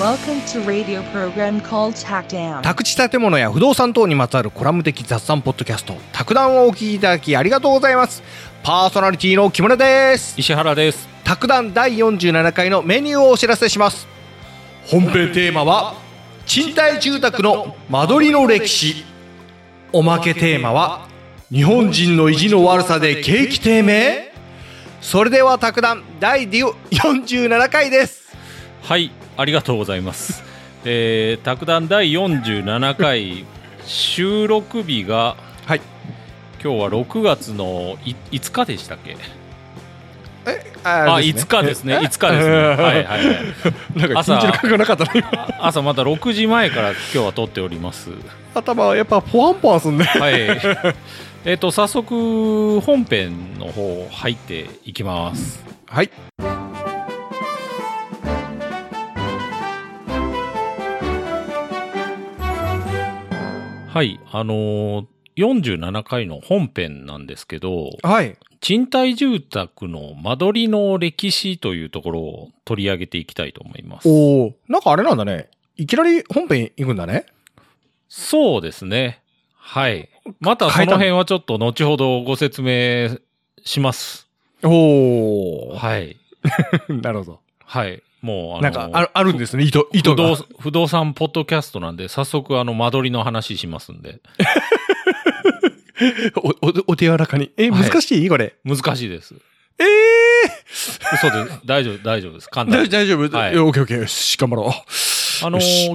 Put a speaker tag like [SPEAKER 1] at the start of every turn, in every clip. [SPEAKER 1] Welcome to radio program called TACDAM.
[SPEAKER 2] 宅地建物や不動産等にまつわるコラム的雑談ポッドキャスト「宅談」をお聞きいただきありがとうございますパーソナリティの木村です
[SPEAKER 3] 石原です
[SPEAKER 2] 卓談第47回のメニューをお知らせします本編テーマは賃貸住宅の間取りの歴史おまけテーマは日本人の意地の悪さで景気低迷それでは卓談第47回です
[SPEAKER 3] はいありがとうござい ますえー、卓談第47回収録日が
[SPEAKER 2] はい
[SPEAKER 3] 今日は6月のい5日でしたっけ
[SPEAKER 2] あ
[SPEAKER 3] あ5日ですね5日ですねはいはい、はい、
[SPEAKER 2] なんか
[SPEAKER 3] 朝
[SPEAKER 2] 緊張感がなかったな今
[SPEAKER 3] あ朝また6時前から今日は撮っております
[SPEAKER 2] 頭はやっぱポワンポワンすんね
[SPEAKER 3] はいえっと早速本編の方入っていきます
[SPEAKER 2] はい
[SPEAKER 3] はいあのー47回の本編なんですけど、
[SPEAKER 2] はい
[SPEAKER 3] 賃貸住宅の間取りの歴史というところを取り上げていきたいと思います。
[SPEAKER 2] おおなんかあれなんだねいきなり本編行くんだね
[SPEAKER 3] そうですね。はい。またその辺はちょっと後ほどご説明します。
[SPEAKER 2] おお
[SPEAKER 3] はい。
[SPEAKER 2] なるほど。
[SPEAKER 3] はい。もう、あの、
[SPEAKER 2] なんかある、あるんですね、意図、意図が
[SPEAKER 3] 不動。不動産ポッドキャストなんで、早速あの間取りの話しますんで。
[SPEAKER 2] お、お、お手柔らかに。え、
[SPEAKER 3] はい
[SPEAKER 2] 難しいこれ。
[SPEAKER 3] 難しいです。
[SPEAKER 2] え
[SPEAKER 3] 嘘です。大丈夫、大丈夫です。
[SPEAKER 2] ー
[SPEAKER 3] 簡
[SPEAKER 2] だ
[SPEAKER 3] 単
[SPEAKER 2] い
[SPEAKER 3] です。
[SPEAKER 2] 大丈夫
[SPEAKER 3] はい
[SPEAKER 2] えオッケーオッケー。よし、頑張ろう。
[SPEAKER 3] あの
[SPEAKER 2] よし、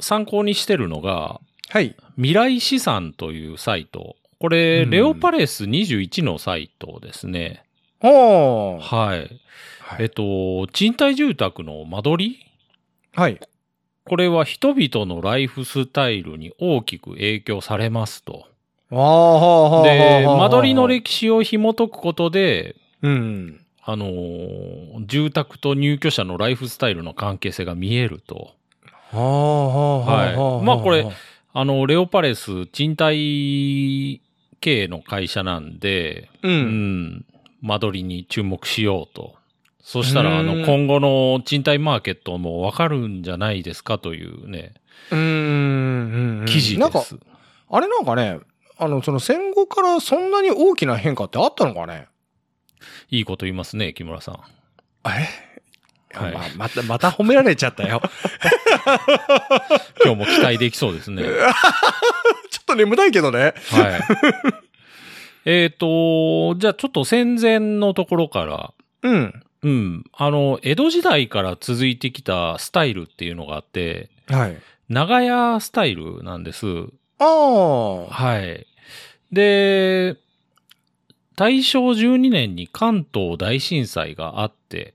[SPEAKER 3] 参考にしてるのが、
[SPEAKER 2] はい。
[SPEAKER 3] 未来資産というサイト。これ、
[SPEAKER 2] うん
[SPEAKER 3] レオパレス21のサイトですね。
[SPEAKER 2] おー
[SPEAKER 3] はい。
[SPEAKER 2] は
[SPEAKER 3] えっ
[SPEAKER 2] い。
[SPEAKER 3] と、賃貸住宅の間取り
[SPEAKER 2] はい。
[SPEAKER 3] これは人々のライフスタイルに大きく影響されますと。
[SPEAKER 2] あーはあ、はあ、
[SPEAKER 3] で、
[SPEAKER 2] はあはあ
[SPEAKER 3] 間取りの歴史を紐解くことで、
[SPEAKER 2] うん。
[SPEAKER 3] あのー住宅と入居者のライフスタイルの関係性が見えると。
[SPEAKER 2] はあ、はあ、はあ、は
[SPEAKER 3] はいまあこれあの、レオパレス賃貸経営の会社なんで、
[SPEAKER 2] う。
[SPEAKER 3] うんん、間取りに注目しようと。そしたら、あ
[SPEAKER 2] うん
[SPEAKER 3] の、今後の賃貸マーケットもわかるんじゃないですかというね、
[SPEAKER 2] うんうん。うん
[SPEAKER 3] 記事
[SPEAKER 2] なん
[SPEAKER 3] で
[SPEAKER 2] か、
[SPEAKER 3] す。
[SPEAKER 2] あれなんかね、あの、その戦後からそんなに大きな変化ってあったのかね
[SPEAKER 3] いいこと言いますね、木村さん。
[SPEAKER 2] え
[SPEAKER 3] はい
[SPEAKER 2] まあまた、また褒められちゃった よ。
[SPEAKER 3] 今日も期待できそうで すね。は
[SPEAKER 2] ちょっと眠たいけどね。
[SPEAKER 3] い。えっと、じゃあちょっと戦前のところから、
[SPEAKER 2] うん。
[SPEAKER 3] うん、あの、江戸時代から続いてきたスタイルっていうのがあって、
[SPEAKER 2] はい。
[SPEAKER 3] 長屋スタイルなんです。
[SPEAKER 2] ああ。
[SPEAKER 3] はい。で、大正12年に関東大震災があって、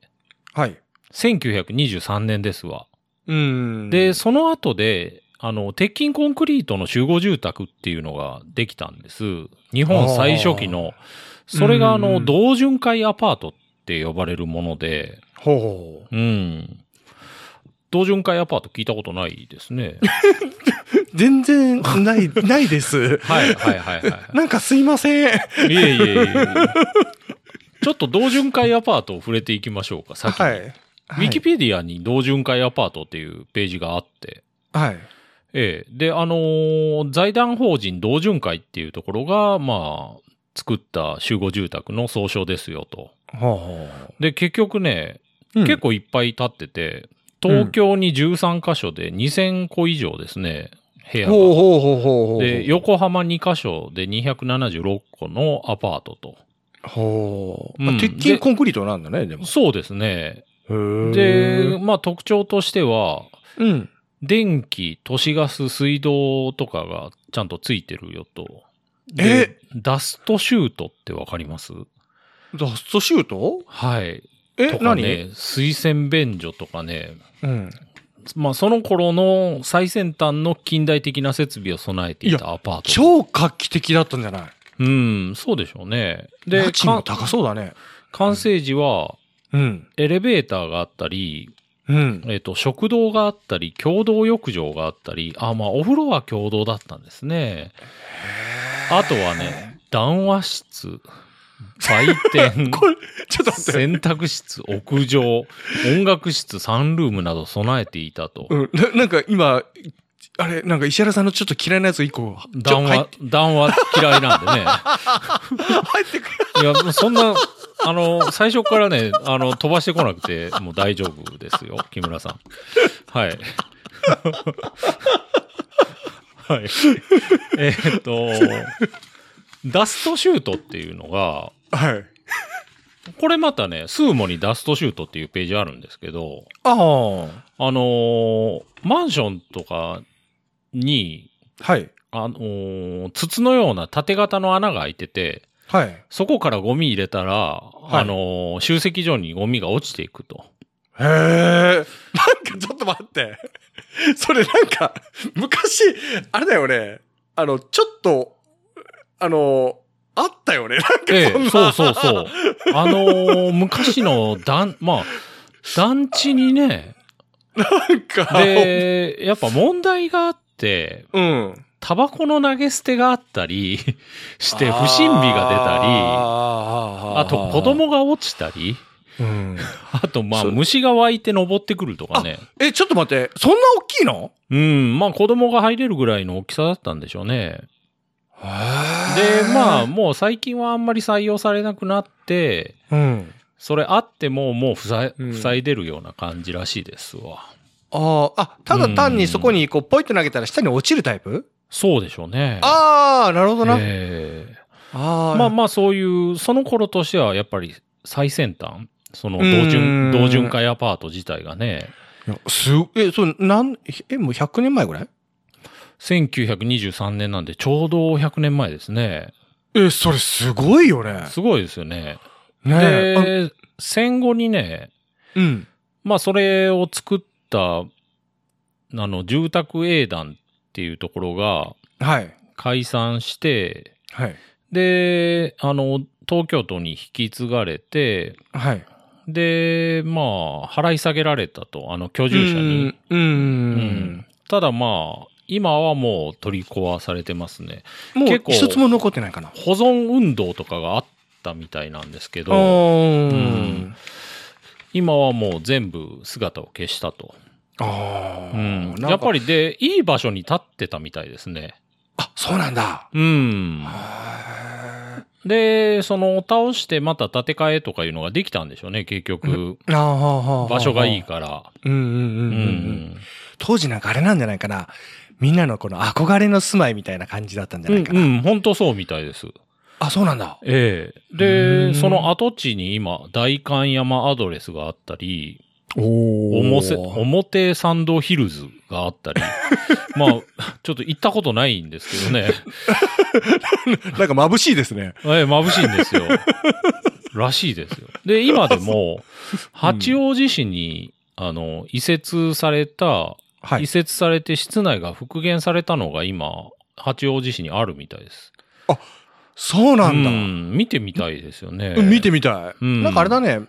[SPEAKER 2] はい。
[SPEAKER 3] 1923年ですわ。
[SPEAKER 2] うん
[SPEAKER 3] で、その後で、あの、鉄筋コンクリートの集合住宅っていうのができたんです。日本最初期の。それがあ
[SPEAKER 2] うんう
[SPEAKER 3] の、
[SPEAKER 2] ん
[SPEAKER 3] 同巡回アパートって呼ばれるもので、
[SPEAKER 2] ほうほ
[SPEAKER 3] うん。同巡回アパート聞いたことないです ね。
[SPEAKER 2] う。全然 ない、ないです。
[SPEAKER 3] はいはいはいはいは
[SPEAKER 2] なんかすいません。
[SPEAKER 3] い。いえいえいえいえ。ちょっと同巡回アパートを触れていきましょうか、先に。
[SPEAKER 2] はい。
[SPEAKER 3] ウィキ
[SPEAKER 2] ピ
[SPEAKER 3] ペディアに同巡回アパートっていうページがあって、
[SPEAKER 2] はい。
[SPEAKER 3] ええ。で、あのー財団法人同潤会っていうところが、まあ、作った集合住宅の総称ですよと。
[SPEAKER 2] ほうほ
[SPEAKER 3] で、結局ね、
[SPEAKER 2] う。
[SPEAKER 3] 結構いっぱい建ってて、東京に13カ所で2000個以上ですね、部屋
[SPEAKER 2] ほうほう
[SPEAKER 3] が。
[SPEAKER 2] ほうほうほう。
[SPEAKER 3] で、。横浜2カ所で276個のアパートと。
[SPEAKER 2] ほう。
[SPEAKER 3] う
[SPEAKER 2] ま
[SPEAKER 3] ん
[SPEAKER 2] あ鉄筋コンクリートなんだね、でも。
[SPEAKER 3] そうですね。
[SPEAKER 2] へー
[SPEAKER 3] で、、まあ特徴としては、
[SPEAKER 2] うん。
[SPEAKER 3] 電気、都市ガス、水道とかがちゃんとついてるよと。
[SPEAKER 2] え
[SPEAKER 3] でダストシュートってわかります
[SPEAKER 2] ダストシュート
[SPEAKER 3] はい。
[SPEAKER 2] え、
[SPEAKER 3] とか
[SPEAKER 2] 何
[SPEAKER 3] ね、水洗便所とかね、
[SPEAKER 2] うん。
[SPEAKER 3] まあその頃の最先端の近代的な設備を備えていたアパート。
[SPEAKER 2] 超画期的だったんじゃない
[SPEAKER 3] うん、そうでしょうね。で、
[SPEAKER 2] 家賃も
[SPEAKER 3] か
[SPEAKER 2] 高そうだね。
[SPEAKER 3] 完成時は
[SPEAKER 2] うん。
[SPEAKER 3] エレベーターがあったり、
[SPEAKER 2] うん。
[SPEAKER 3] えっ、と、食堂があったり、共同浴場があったり、あ、まあお風呂は共同だったんですね。あとはね、談話室。売店、
[SPEAKER 2] これ、ちょっと待って。
[SPEAKER 3] 洗濯室、屋上、音楽室、サンルームなど備えていたと。
[SPEAKER 2] うん、ななんか今、あれ、なんか石原さんのちょっと嫌いなやつ一個、ちょ
[SPEAKER 3] 談話、談話嫌いなんで ね。
[SPEAKER 2] 入ってくる。
[SPEAKER 3] いや、もうそんな、あの、最初からね、あの、飛ばしてこなくて、もう大丈夫ですよ、木村さん。はい。はい。えーっと、ダストシュートっていうのが、
[SPEAKER 2] はい。
[SPEAKER 3] これまたね、スーモにダストシュートっていうページあるんですけど、
[SPEAKER 2] ああ。
[SPEAKER 3] あのーマンションとかに、
[SPEAKER 2] はい。
[SPEAKER 3] あのー筒のような縦型の穴が開いてて、
[SPEAKER 2] はい。
[SPEAKER 3] そこからゴミ入れたら、
[SPEAKER 2] い
[SPEAKER 3] あのー集積所にゴミが落ちていくと。
[SPEAKER 2] へえ。なんかちょっと待って。 それなんか、昔、あれだよね。あの、ちょっと、あの、あったよね。なんか
[SPEAKER 3] え
[SPEAKER 2] そんな
[SPEAKER 3] え、そうそうそう。あのー昔の団、まあ、団地にね、
[SPEAKER 2] なんか、
[SPEAKER 3] で、やっぱ問題があって、
[SPEAKER 2] うん。
[SPEAKER 3] タバコの投げ捨てがあったりして、不審火が出たり、あと子。供が落ちたり、
[SPEAKER 2] うん。
[SPEAKER 3] あとまあ
[SPEAKER 2] そう
[SPEAKER 3] 虫が湧いて登ってくるとかね。
[SPEAKER 2] え、ちょっと待って。そんな大きいの
[SPEAKER 3] うん、まあ子供が入れるぐらいの大きさだったんでしょうね。
[SPEAKER 2] で、
[SPEAKER 3] で、まあ、もう最近はあんまり採用されなくなって、
[SPEAKER 2] うん。
[SPEAKER 3] それあってももう塞
[SPEAKER 2] うん
[SPEAKER 3] い、塞いでるような感じらしいですわ。
[SPEAKER 2] ああ、あ、ただ単にそこにこう、ポイッと投げたら下に落ちるタイプ
[SPEAKER 3] そうでしょうね。
[SPEAKER 2] ああ、なるほどな。
[SPEAKER 3] ええ
[SPEAKER 2] ああ。
[SPEAKER 3] まあまあそういう、その頃としてはやっぱり最先端その
[SPEAKER 2] うーん
[SPEAKER 3] 同順、同順化アパート自体がね、
[SPEAKER 2] いやす、え、そう、なん、え、もう100年前ぐらい
[SPEAKER 3] 1923年なんでちょうど100年前ですね。
[SPEAKER 2] え、それすごいよね。
[SPEAKER 3] すごいですよね。
[SPEAKER 2] ねえ。
[SPEAKER 3] で、戦後にね、
[SPEAKER 2] あうん。
[SPEAKER 3] まあ、それを作った、あの、住宅営団っていうところが
[SPEAKER 2] はい。
[SPEAKER 3] 解散して、
[SPEAKER 2] はい。
[SPEAKER 3] で、あの、東京都に引き継がれて、
[SPEAKER 2] はい。
[SPEAKER 3] で、まあ、払い下げられたと、あの、居住者に。。
[SPEAKER 2] う
[SPEAKER 3] うんん。ただまあ、今はもう取り壊されてますね。
[SPEAKER 2] もう
[SPEAKER 3] 結構
[SPEAKER 2] 一つも残ってないかな。
[SPEAKER 3] 保存運動とかがあったみたいなんですけ
[SPEAKER 2] う
[SPEAKER 3] ど、
[SPEAKER 2] ー
[SPEAKER 3] うん。今はもう全部姿を消したと。
[SPEAKER 2] ああ。
[SPEAKER 3] うん。
[SPEAKER 2] なんか
[SPEAKER 3] やっぱりで、いい場所に立ってたみたいですね。
[SPEAKER 2] あ、そうなんだ。
[SPEAKER 3] うん。
[SPEAKER 2] あ
[SPEAKER 3] で、その、倒してまた建て替えとかいうのができたんでしょうね、結局。
[SPEAKER 2] あ。場
[SPEAKER 3] 場所がいい。から。
[SPEAKER 2] うんうんう
[SPEAKER 3] うん
[SPEAKER 2] うん。当時なんかあれなんじゃないかな。みんなのこの憧れの住まいみたいな感じだったんじゃ
[SPEAKER 3] う
[SPEAKER 2] ない
[SPEAKER 3] ん
[SPEAKER 2] かな。
[SPEAKER 3] うん、本当そうみたいです。
[SPEAKER 2] あ、そうなんだ。
[SPEAKER 3] ええ。
[SPEAKER 2] う
[SPEAKER 3] で、
[SPEAKER 2] ん
[SPEAKER 3] その跡地に今、代官山アドレスがあったり、
[SPEAKER 2] おお
[SPEAKER 3] 表、表参道ヒルズがあった り、まあ、ちょっと行ったことないんですけどね。
[SPEAKER 2] なんか眩しいですね。
[SPEAKER 3] ええ、眩しいんですよ。らしいですよ。で、今でも、八王子市に、あの、移設された、
[SPEAKER 2] は
[SPEAKER 3] 移。設されて室内が復元されたのが今、八王子市にあるみたいです。
[SPEAKER 2] そうなんだ。
[SPEAKER 3] うん見てみたいですよね。
[SPEAKER 2] うん見てみたい。
[SPEAKER 3] うん
[SPEAKER 2] なんかあれだね。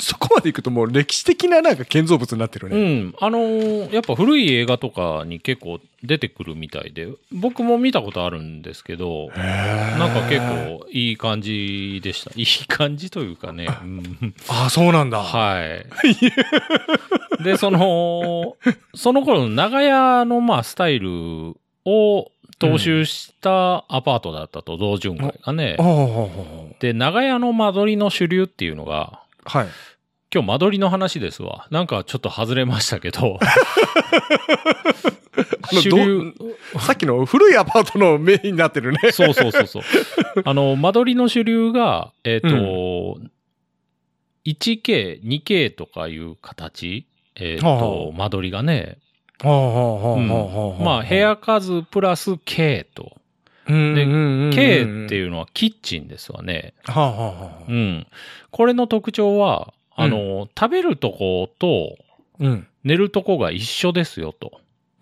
[SPEAKER 2] そこまで行くともう歴史的ななんか建造物になってる
[SPEAKER 3] う
[SPEAKER 2] ね。
[SPEAKER 3] ん。あのーやっぱ古い映画とかに結構出てくるみたいで、僕も見たことあるんですけど、
[SPEAKER 2] な
[SPEAKER 3] なんか結。構いい感じでした。い い感じというかね。うん
[SPEAKER 2] あ、そうなんだ。
[SPEAKER 3] はい。で、その、その頃の長屋のまあスタイルを踏襲したアパートだったと、同潤会がね
[SPEAKER 2] あ。あ
[SPEAKER 3] で、長屋の間取りの主流っていうのが、
[SPEAKER 2] はい。。
[SPEAKER 3] 今日間取りの話ですわ。なんかちょっと外れましたけど
[SPEAKER 2] の
[SPEAKER 3] 主流、
[SPEAKER 2] さっきの古いアパートのメインになってるね。
[SPEAKER 3] そうそうそうそう。あの、間取りの主流が、えっ、と、1K、2K とかいう形、えっ、
[SPEAKER 2] はあは
[SPEAKER 3] と、間取りがね、
[SPEAKER 2] はあはあは
[SPEAKER 3] うんまあ、部屋数プラス K と。で K っ
[SPEAKER 2] う。
[SPEAKER 3] ていうのはキッチンですわね。
[SPEAKER 2] はあはあは
[SPEAKER 3] う
[SPEAKER 2] あ。
[SPEAKER 3] ん。これの特徴は、あの、食べるとこと
[SPEAKER 2] うん。
[SPEAKER 3] 寝るとこが一緒ですよと。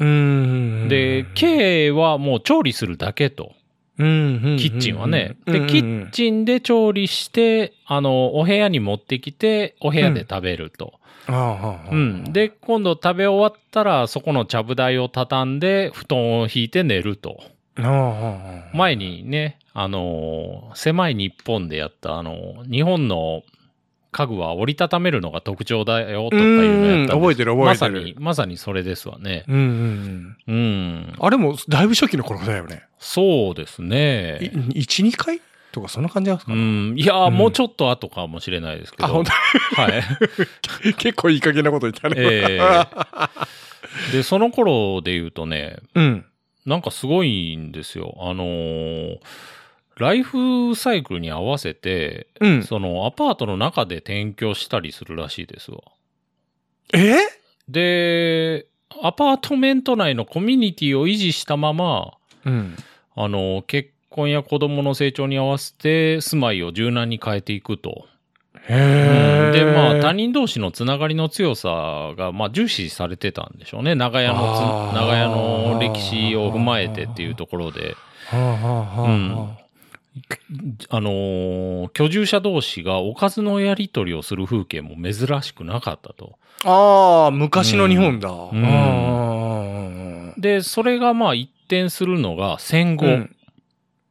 [SPEAKER 2] うん
[SPEAKER 3] で、、K はもう調理するだけと。
[SPEAKER 2] うん
[SPEAKER 3] キッチンはね。
[SPEAKER 2] うんうんう
[SPEAKER 3] で、
[SPEAKER 2] ん
[SPEAKER 3] キッチンで調理して、あの、お部屋に持ってきて、お部屋で食べると。
[SPEAKER 2] はあはあはあ
[SPEAKER 3] うん。で、今度食べ終わったら、そこのちゃぶ台を畳んで、布団を敷いて寝ると。
[SPEAKER 2] はあはあはあ
[SPEAKER 3] 前にね、あのー狭い日本でやった、あのー日本の家具は折りたためるのが特徴だよとかいうのやったんです
[SPEAKER 2] 覚えてる覚えてる。
[SPEAKER 3] まさに、まさにそれですわね。
[SPEAKER 2] うんうんうん。
[SPEAKER 3] うん。
[SPEAKER 2] あれも、だいぶ初期の頃だよね。
[SPEAKER 3] そうですね。
[SPEAKER 2] い一二回とか、そんな感じなんです
[SPEAKER 3] う
[SPEAKER 2] か、
[SPEAKER 3] ん。いやー、
[SPEAKER 2] うん
[SPEAKER 3] もうちょっと後かもしれないですけど。
[SPEAKER 2] あ、本
[SPEAKER 3] はい。
[SPEAKER 2] 当 結構いい加減なこと言ったね。
[SPEAKER 3] ええで、その頃で言うとね、
[SPEAKER 2] うん。
[SPEAKER 3] なんかすごいんですよ。あのーライフサイクルに合わせて、
[SPEAKER 2] うん。
[SPEAKER 3] そのアパートの中で転居したりするらしいですわ。
[SPEAKER 2] え
[SPEAKER 3] で、アパートメント内のコミュニティを維持したまま、
[SPEAKER 2] うん。
[SPEAKER 3] あの、結婚や子供の成長に合わせて住まいを柔軟に変えていくと。
[SPEAKER 2] へ
[SPEAKER 3] うん
[SPEAKER 2] え。
[SPEAKER 3] で、まあ、他
[SPEAKER 2] 人
[SPEAKER 3] 人同士のつながりの強さが、まあ、重視されてたんでしょうね。長屋のつ
[SPEAKER 2] あー
[SPEAKER 3] 長屋の歴史を踏まえてっていうところで。
[SPEAKER 2] はあはあはあはあ
[SPEAKER 3] あのー居住者同士がおかずのやり取りをする風景も珍しくなかったと。
[SPEAKER 2] あー、昔の日本だ。うんん。
[SPEAKER 3] で、それがまあ一転するのが戦後。
[SPEAKER 2] うん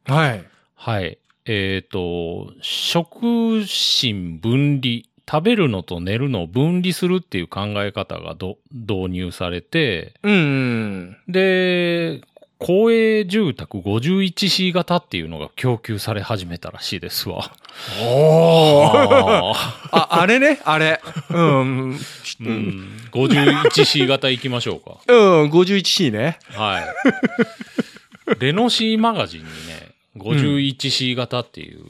[SPEAKER 2] はい。
[SPEAKER 3] はい。えっ、と、食寝分離。食べるのと寝るのを分離するっていう考え方がど導入されて、
[SPEAKER 2] うんうん。
[SPEAKER 3] で、公営住宅 51C 型っていうのが供給され始めたらしいですわ。
[SPEAKER 2] おー。
[SPEAKER 3] あー
[SPEAKER 2] あ、あれね、あれ。うん。うん。
[SPEAKER 3] うん 51C 型行きましょうか。
[SPEAKER 2] うん、51C ね。
[SPEAKER 3] はい。レノシーマガジンにね、51C 型っていう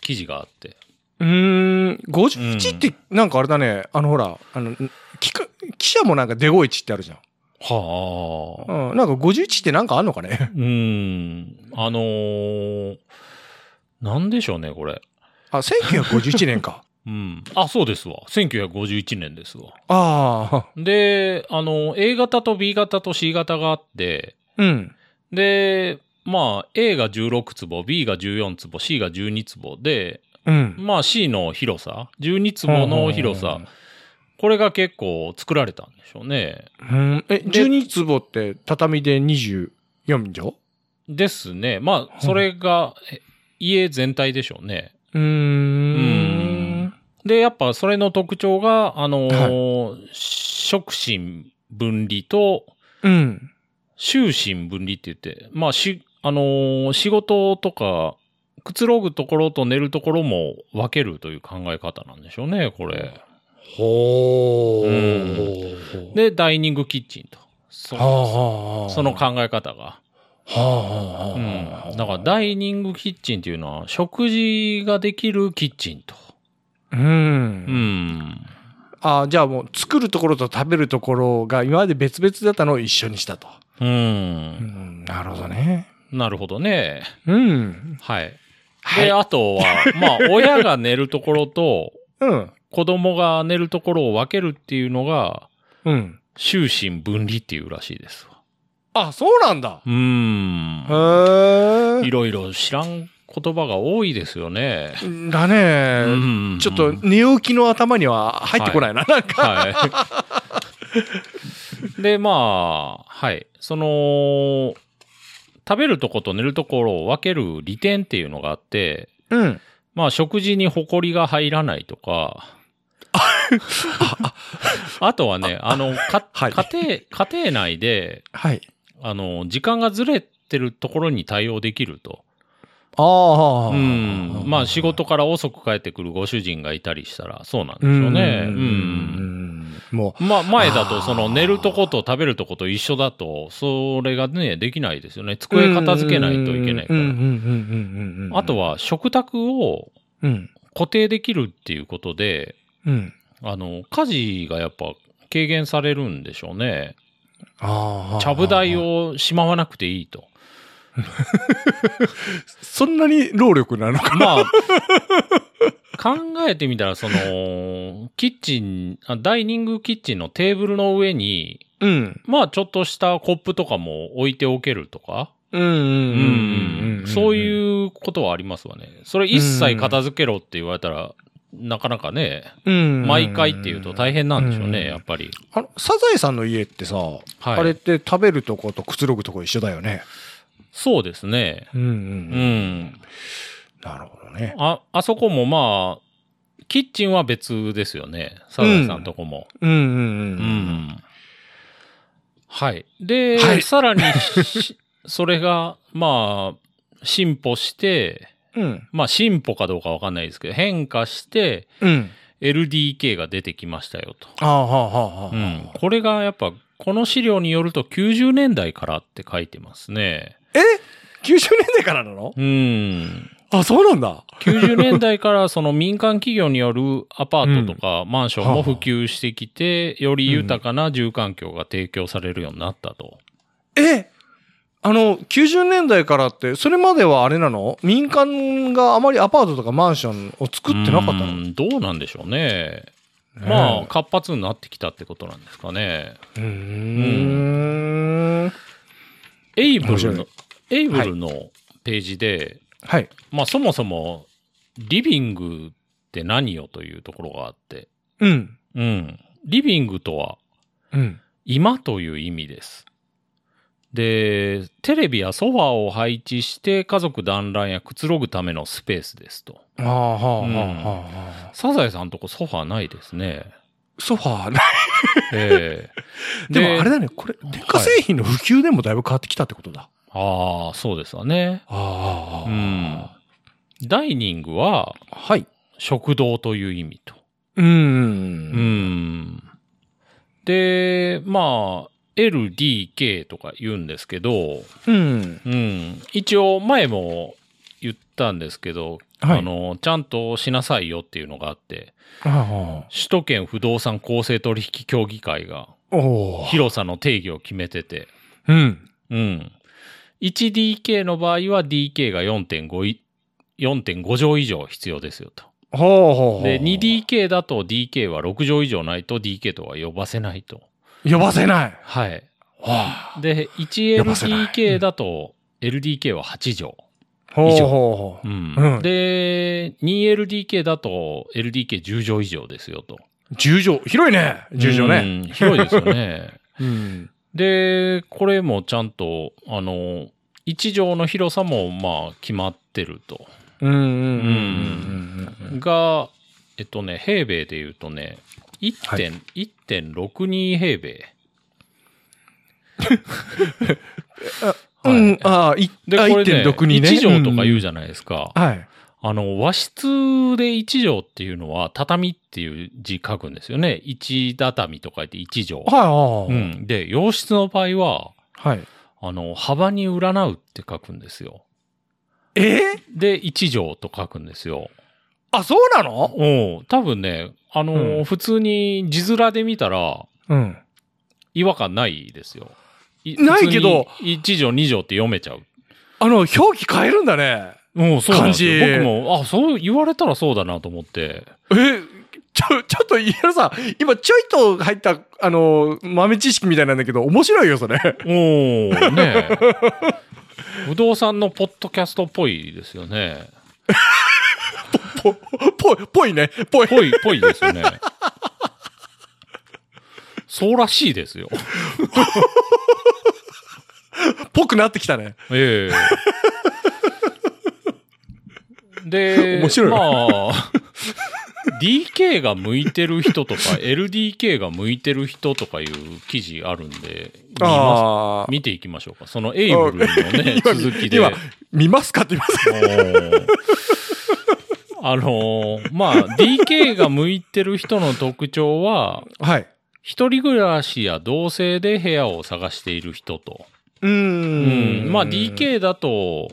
[SPEAKER 3] 記事があって。
[SPEAKER 2] うーん、51って、なんかあれだね、あのほら、あの、記者記者もなんかデゴイチってあるじゃん。
[SPEAKER 3] はあ。
[SPEAKER 2] うん、なんか51ってなんかあんのかね
[SPEAKER 3] うん。あのー、なんでしょうね、これ。
[SPEAKER 2] あ、1951年か。
[SPEAKER 3] うん。あ、そうですわ。1951年ですわ。
[SPEAKER 2] ああ、
[SPEAKER 3] で、あの、A 型と B 型と C 型があって、
[SPEAKER 2] うん。
[SPEAKER 3] で、まあ、A が16坪、B が14坪、C が12坪で、
[SPEAKER 2] うん。
[SPEAKER 3] まあ C の広さ、12坪の広さ、これが結構作られたんでしょうね。
[SPEAKER 2] うん。え、12坪って畳で24畳
[SPEAKER 3] ですね。まあ、それがえ家全体でしょうね。
[SPEAKER 2] うーん。
[SPEAKER 3] で、やっぱそれの特徴が、あのー触診分離と
[SPEAKER 2] うん。
[SPEAKER 3] 終身分離って言って、まあし、あのー仕事とか、くつろぐところと寝るところも分けるという考え方なんでしょうね、これ。
[SPEAKER 2] ほ
[SPEAKER 3] ー
[SPEAKER 2] で、
[SPEAKER 3] で、ダイニングキッチンと。そ
[SPEAKER 2] はあはあ。
[SPEAKER 3] その。考え方が。
[SPEAKER 2] はあはあ
[SPEAKER 3] う
[SPEAKER 2] はあ。
[SPEAKER 3] ん。だから、ダイニングキッチンっていうのは、食事ができるキッチンと。
[SPEAKER 2] ら、うん
[SPEAKER 3] う。ん。
[SPEAKER 2] あじゃあもう作るところと食べるところが今まで別々だったのを一緒にしたと。
[SPEAKER 3] うん。
[SPEAKER 2] なるほどね。
[SPEAKER 3] なるほどね。
[SPEAKER 2] うん。
[SPEAKER 3] はい。
[SPEAKER 2] はい
[SPEAKER 3] で、あとは、まあ、親が寝るところと、
[SPEAKER 2] うん。
[SPEAKER 3] 子供が寝るところを分けるっていうのが、
[SPEAKER 2] うん。
[SPEAKER 3] 終身分離っていうらしいですわ。
[SPEAKER 2] あ、そうなんだ。
[SPEAKER 3] うーん。
[SPEAKER 2] へ
[SPEAKER 3] いろいろ知らん言葉が多いですよね。
[SPEAKER 2] え。だね。
[SPEAKER 3] うん
[SPEAKER 2] ちょっと寝起きの頭には入ってこないな。なんか。
[SPEAKER 3] はい。で、まあ、はい。その、食べるとこと寝るところを分ける利点っていうのがあって、
[SPEAKER 2] うん。
[SPEAKER 3] まあ、食事にホコリが入らないとか、あとはね、あの、か
[SPEAKER 2] はい
[SPEAKER 3] 家庭、家庭内で、
[SPEAKER 2] はい。
[SPEAKER 3] あの、時間がずれてるところに対応できると。
[SPEAKER 2] ああ。
[SPEAKER 3] うん。まあ、仕事から遅く帰ってくるご主人がいたりしたら、そうなんでしょうね。
[SPEAKER 2] う
[SPEAKER 3] うん
[SPEAKER 2] ん。も
[SPEAKER 3] まあ、前だと、そ
[SPEAKER 2] あ
[SPEAKER 3] の
[SPEAKER 2] ー
[SPEAKER 3] 寝るとこと食べるとこと一緒だと、それがね、できないですよね。机片付けないといけないか
[SPEAKER 2] うんうんうんうん
[SPEAKER 3] ら。
[SPEAKER 2] うんうん。
[SPEAKER 3] あと
[SPEAKER 2] は。
[SPEAKER 3] は、食卓を
[SPEAKER 2] うん。
[SPEAKER 3] 固定できるっていうことで、
[SPEAKER 2] うん。
[SPEAKER 3] あの、家事がやっぱ軽減されるんでしょうね。
[SPEAKER 2] ああ。
[SPEAKER 3] ちゃぶ台。をしまわなくていいと。
[SPEAKER 2] そんなに労力なのか。
[SPEAKER 3] まあ、考えてみたら、その、キッチンあ、ダイニングキッチンのテーブルの上に、
[SPEAKER 2] うん。
[SPEAKER 3] まあ、ちょっとしたコップとかも置いておけるとか。
[SPEAKER 2] うんうんうんうん。
[SPEAKER 3] そう
[SPEAKER 2] う。
[SPEAKER 3] いうことはありますわね。それ一切片付けろって言われたら、なかなかね、毎
[SPEAKER 2] 毎
[SPEAKER 3] 回っていうと大変なんでしょうね、
[SPEAKER 2] うん
[SPEAKER 3] やっぱり。
[SPEAKER 2] あの、サザエさんの家ってさ、
[SPEAKER 3] はい。
[SPEAKER 2] あれって食べるとことくつろぐとこ一緒だよね。
[SPEAKER 3] そうですね。
[SPEAKER 2] うんうん
[SPEAKER 3] う
[SPEAKER 2] うん
[SPEAKER 3] ん。
[SPEAKER 2] なるほどね。
[SPEAKER 3] あ、あそこもまあ、キッチンは別ですよね。サザエさんとこも。
[SPEAKER 2] うんうんう
[SPEAKER 3] うん。
[SPEAKER 2] ん。
[SPEAKER 3] はい。で、
[SPEAKER 2] はい
[SPEAKER 3] さらにし、 それが、まあ、進歩して、
[SPEAKER 2] うん。
[SPEAKER 3] まあ進歩かどうかわかんないですけど、変化して、
[SPEAKER 2] うん。
[SPEAKER 3] LDK が出てきましたよと。
[SPEAKER 2] ああ、はあ、はあ、は
[SPEAKER 3] う
[SPEAKER 2] あ。
[SPEAKER 3] ん。これがやっぱ、この資料によると90年代からって書いてますね。
[SPEAKER 2] 90年代からなの
[SPEAKER 3] うん。
[SPEAKER 2] あ、そうなんだ。
[SPEAKER 3] 90年代から その民間企業によるアパートとかマンションも普及してきて、より豊かな住環境が提供されるようになったと。
[SPEAKER 2] えあの、90年代からって、それまではあれなの民間があまりアパートとかマンションを作ってなかったの、
[SPEAKER 3] う
[SPEAKER 2] ね
[SPEAKER 3] んどうなんでしょうね。
[SPEAKER 2] え
[SPEAKER 3] まあ、活発になってきたってことなんですかね。
[SPEAKER 2] うーん。
[SPEAKER 3] エイブ
[SPEAKER 2] 面
[SPEAKER 3] ル
[SPEAKER 2] 白い
[SPEAKER 3] の、エイブルのページで、
[SPEAKER 2] はい。
[SPEAKER 3] まあそもそも、リビングって何よというところがあって、
[SPEAKER 2] うん。
[SPEAKER 3] うん。リビングとは、
[SPEAKER 2] うん。
[SPEAKER 3] 今という意味です。で、テレビやソファーを配置して家族団らんやくつろぐためのスペースですと。
[SPEAKER 2] ああ、はあ、はあ、
[SPEAKER 3] うん
[SPEAKER 2] はあはあ。
[SPEAKER 3] サザエさんとこソファーないですね。
[SPEAKER 2] ソファー、
[SPEAKER 3] ええ
[SPEAKER 2] でもあれだね、これ、電化製品の普及でもだいぶ変わってきたってことだ。
[SPEAKER 3] ああ、そうですわね。
[SPEAKER 2] ああ、
[SPEAKER 3] うん。ダイニングは
[SPEAKER 2] はい。
[SPEAKER 3] 食堂という意味と。
[SPEAKER 2] うん。
[SPEAKER 3] うん。で、まあ、LDK とか言うんですけど、
[SPEAKER 2] うん。
[SPEAKER 3] うん。一応、前も言ったんですけど、
[SPEAKER 2] はい
[SPEAKER 3] あの、ちゃんとしなさいよっていうのがあって、
[SPEAKER 2] あ
[SPEAKER 3] 首都圏不動産公正取引協議会が
[SPEAKER 2] あ。おお。
[SPEAKER 3] 広さの定義を決めてて、
[SPEAKER 2] うん。
[SPEAKER 3] うん。1DK の場合は DK が4.5い、4.5畳以上必要ですよと。
[SPEAKER 2] ほうほう。
[SPEAKER 3] で、。2DK だと DK は6畳以上ないと DK とは呼ばせないと。
[SPEAKER 2] 呼ばせない。
[SPEAKER 3] はい。
[SPEAKER 2] はあ。
[SPEAKER 3] で、
[SPEAKER 2] 呼ばせない
[SPEAKER 3] 1LDK だと LDK は8畳。
[SPEAKER 2] ほう
[SPEAKER 3] 以
[SPEAKER 2] ほ
[SPEAKER 3] 上
[SPEAKER 2] うほ
[SPEAKER 3] うん
[SPEAKER 2] うん
[SPEAKER 3] で、2LDK だと LDK10 畳以上ですよと。
[SPEAKER 2] う。十畳。広いね。十畳ね。
[SPEAKER 3] うん広いですよね。
[SPEAKER 2] うん。
[SPEAKER 3] で、これもちゃんと、あの、1畳の広さもまあ決まってると。
[SPEAKER 2] うんうんうん
[SPEAKER 3] が、えっとね、平米で言うとね、1点、1.62平米。
[SPEAKER 2] うんうん。うん、ああ、い
[SPEAKER 3] で、
[SPEAKER 2] あ
[SPEAKER 3] これね、
[SPEAKER 2] 1.62ね。
[SPEAKER 3] 1畳とか言うじ
[SPEAKER 2] ゃ
[SPEAKER 3] ゃないですか。
[SPEAKER 2] はい。
[SPEAKER 3] あの、和室で一畳っていうのは、畳っていう字書くんですよね。一畳と書いて一畳。
[SPEAKER 2] は
[SPEAKER 3] う
[SPEAKER 2] い、はい。
[SPEAKER 3] ん。で、洋室の場合は、
[SPEAKER 2] はい。
[SPEAKER 3] あの、幅に占うって書くんですよ。
[SPEAKER 2] え
[SPEAKER 3] で、一畳と書くんですよ。
[SPEAKER 2] あ、そうなの
[SPEAKER 3] おう多分ね、あの、
[SPEAKER 2] うん
[SPEAKER 3] 普通に字面で見たら、
[SPEAKER 2] うん。
[SPEAKER 3] 違和感ないですよ。
[SPEAKER 2] ないけど、
[SPEAKER 3] 普通に一畳二畳って読めちゃう。
[SPEAKER 2] あの、表記変えるんだね。
[SPEAKER 3] うん、そうなんですよ。
[SPEAKER 2] 感じ
[SPEAKER 3] 僕も、あ、そう言われたらそうだなと思って。
[SPEAKER 2] え、ちょ、ちょっと、いやさ、今ちょいと入った、あの、豆知識みたいなんだけど、面白いよ、それ。
[SPEAKER 3] おおねえ不動産のポッドキャストっぽいですよね。
[SPEAKER 2] ぽ、ぽい、ぽいね。ぽい。
[SPEAKER 3] ぽい、ぽいですよね。そうらしいですよ。
[SPEAKER 2] ぽくなってきたね。
[SPEAKER 3] ええで、
[SPEAKER 2] 面白い
[SPEAKER 3] まあ、DK が向いてる人とか、LDK が向いてる人とかいう記事あるんで、見ます
[SPEAKER 2] あ
[SPEAKER 3] 見ていきましょうか。そのエイブルのね、
[SPEAKER 2] 今
[SPEAKER 3] 続きで。
[SPEAKER 2] 今、見ますかって言います。
[SPEAKER 3] あのーまあ、DK が向いてる人の特徴は、
[SPEAKER 2] はい。
[SPEAKER 3] 一人暮らしや同棲で部屋を探している人と。
[SPEAKER 2] う
[SPEAKER 3] うんん。まあ、。DK だと、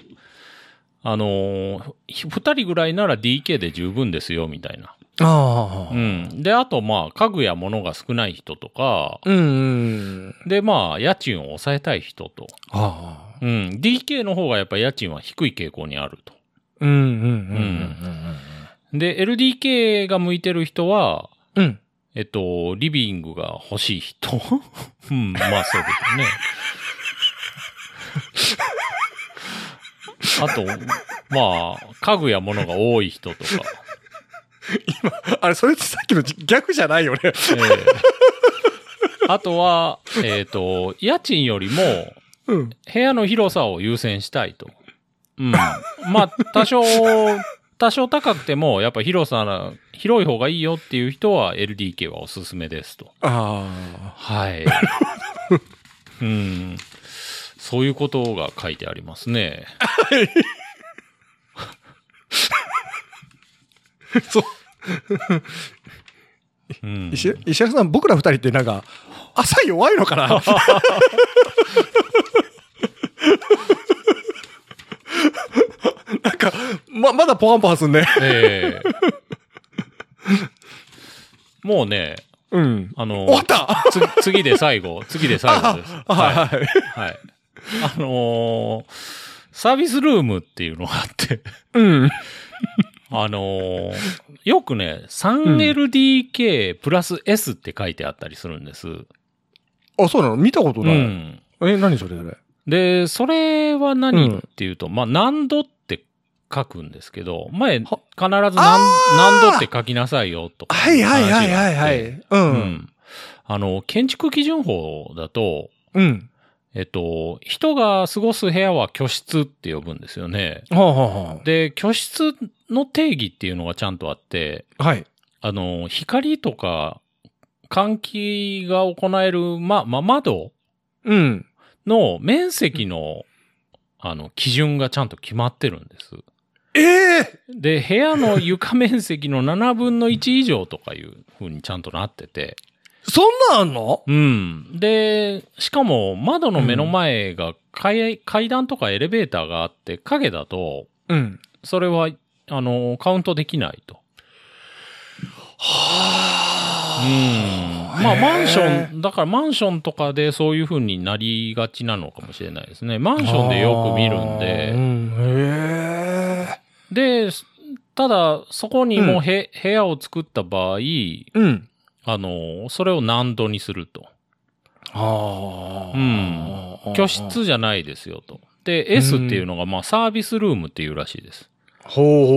[SPEAKER 3] あのーひ二人ぐらいなら DK で十分ですよ、みたいな。
[SPEAKER 2] あ
[SPEAKER 3] う
[SPEAKER 2] あ。
[SPEAKER 3] ん。で、あと、まあ、家具や物が少ない人とか、
[SPEAKER 2] うん。
[SPEAKER 3] で、まあ、家賃を抑えたい人と。
[SPEAKER 2] ああ。
[SPEAKER 3] うん。DK の方がやっぱ家賃は低い傾向にあると。
[SPEAKER 2] うんうん
[SPEAKER 3] で、LDK が向いてる人は、
[SPEAKER 2] うん。うん。
[SPEAKER 3] えっと、リビングが欲しい人 うん、まあそうですよね。 あと、まあ、家具や物が多い人とか。
[SPEAKER 2] あれ、それってさっきの逆じゃないよね。
[SPEAKER 3] ええあとは、えっ、と、家賃よりも、
[SPEAKER 2] うん。
[SPEAKER 3] 部屋の広さを優先したいと。うん。まあ、多少、多少高くても、やっぱ広さな、広い方がいいよっていう人は LDK はおすすめですと。
[SPEAKER 2] あ
[SPEAKER 3] はい。うん。そういうことが書いてありますね。
[SPEAKER 2] あ。 そう。
[SPEAKER 3] うん。
[SPEAKER 2] 石石原さん、僕ら二人ってなんか、朝弱いのかななんか、ま、まだポワンポワンすんね。
[SPEAKER 3] ええもうね、
[SPEAKER 2] うん。
[SPEAKER 3] あの
[SPEAKER 2] 終わった
[SPEAKER 3] つ次で最後、次で最後です。
[SPEAKER 2] あ
[SPEAKER 3] はい。
[SPEAKER 2] はい。
[SPEAKER 3] はい。あのーサービスルームっていうのがあって、
[SPEAKER 2] うん。
[SPEAKER 3] あのーよくね、3LDK プラス S って書いてあったりするんです。
[SPEAKER 2] あ、そうなの見たこと
[SPEAKER 3] う
[SPEAKER 2] ない。
[SPEAKER 3] ん。
[SPEAKER 2] え、何それそれ。
[SPEAKER 3] で、それは
[SPEAKER 2] う
[SPEAKER 3] 何、
[SPEAKER 2] ん
[SPEAKER 3] っていうと、まあ、何度って書くんですけど、前、必ず何
[SPEAKER 2] あー
[SPEAKER 3] 何度って書きなさいよとか。
[SPEAKER 2] はいはいはいはいは
[SPEAKER 3] 話があって。
[SPEAKER 2] い。う。
[SPEAKER 3] うんん。あの、建築基準法だと、
[SPEAKER 2] うん。
[SPEAKER 3] えっと、人が過ごす部屋は居室って呼ぶんですよね。
[SPEAKER 2] はあは
[SPEAKER 3] で、居室の定義っていうのがちゃんとあって、
[SPEAKER 2] あ。はい。
[SPEAKER 3] あの、光とか換気が行える、ま、ま、窓
[SPEAKER 2] うん。
[SPEAKER 3] の面積の、あの、基準がちゃんと決まってるんです。
[SPEAKER 2] ええ
[SPEAKER 3] で、部屋の床面積の7分の1以上とかいう風にちゃんとなってて。
[SPEAKER 2] そんなんあんの
[SPEAKER 3] うん。で、しかも窓の目の前が階,、階段とかエレベーターがあって、影だと、
[SPEAKER 2] うん。
[SPEAKER 3] それは、あの、カウントできないと。うん。
[SPEAKER 2] は
[SPEAKER 3] まあ、
[SPEAKER 2] へー
[SPEAKER 3] マンション、だからマンションとかでそういう風になりがちなのかもしれないですね。マンションでよく見るんで。
[SPEAKER 2] うん。へえ。
[SPEAKER 3] で、ただ、そこにもへ、部屋を作った場合、
[SPEAKER 2] うん。
[SPEAKER 3] あの、それを難度にすると。
[SPEAKER 2] あ
[SPEAKER 3] う
[SPEAKER 2] あ。
[SPEAKER 3] 居室じゃないですよと。で、S っていうのが、まあ、サービスルームっていうらしいです。
[SPEAKER 2] ほうほうほうほ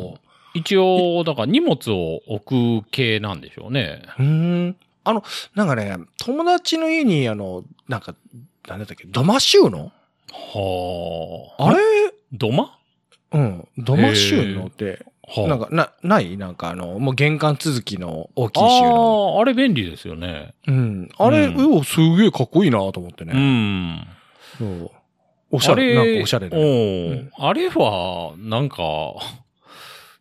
[SPEAKER 2] うほう。
[SPEAKER 3] 一応、だから荷物を置く系なんでしょうね。
[SPEAKER 2] うーん。あの、なんかね、友達の家に、あの、なんか、なんだったっけ、ドマシューの
[SPEAKER 3] はあ。
[SPEAKER 2] あれ
[SPEAKER 3] 土間は
[SPEAKER 2] うん。ドマシューのって、
[SPEAKER 3] あ。
[SPEAKER 2] なんか、な、ないなんかあの、もう玄関続きの大きい
[SPEAKER 3] あ
[SPEAKER 2] 収納。
[SPEAKER 3] あ、あれ便利ですよね。
[SPEAKER 2] うん。あれ、
[SPEAKER 3] うん
[SPEAKER 2] うお、すげえかっこいいなと思って
[SPEAKER 3] う
[SPEAKER 2] ね。
[SPEAKER 3] ん。
[SPEAKER 2] そうおしゃれ、
[SPEAKER 3] あ
[SPEAKER 2] なんかおしゃれ
[SPEAKER 3] お
[SPEAKER 2] ね。
[SPEAKER 3] う
[SPEAKER 2] うん
[SPEAKER 3] あれは、なんか、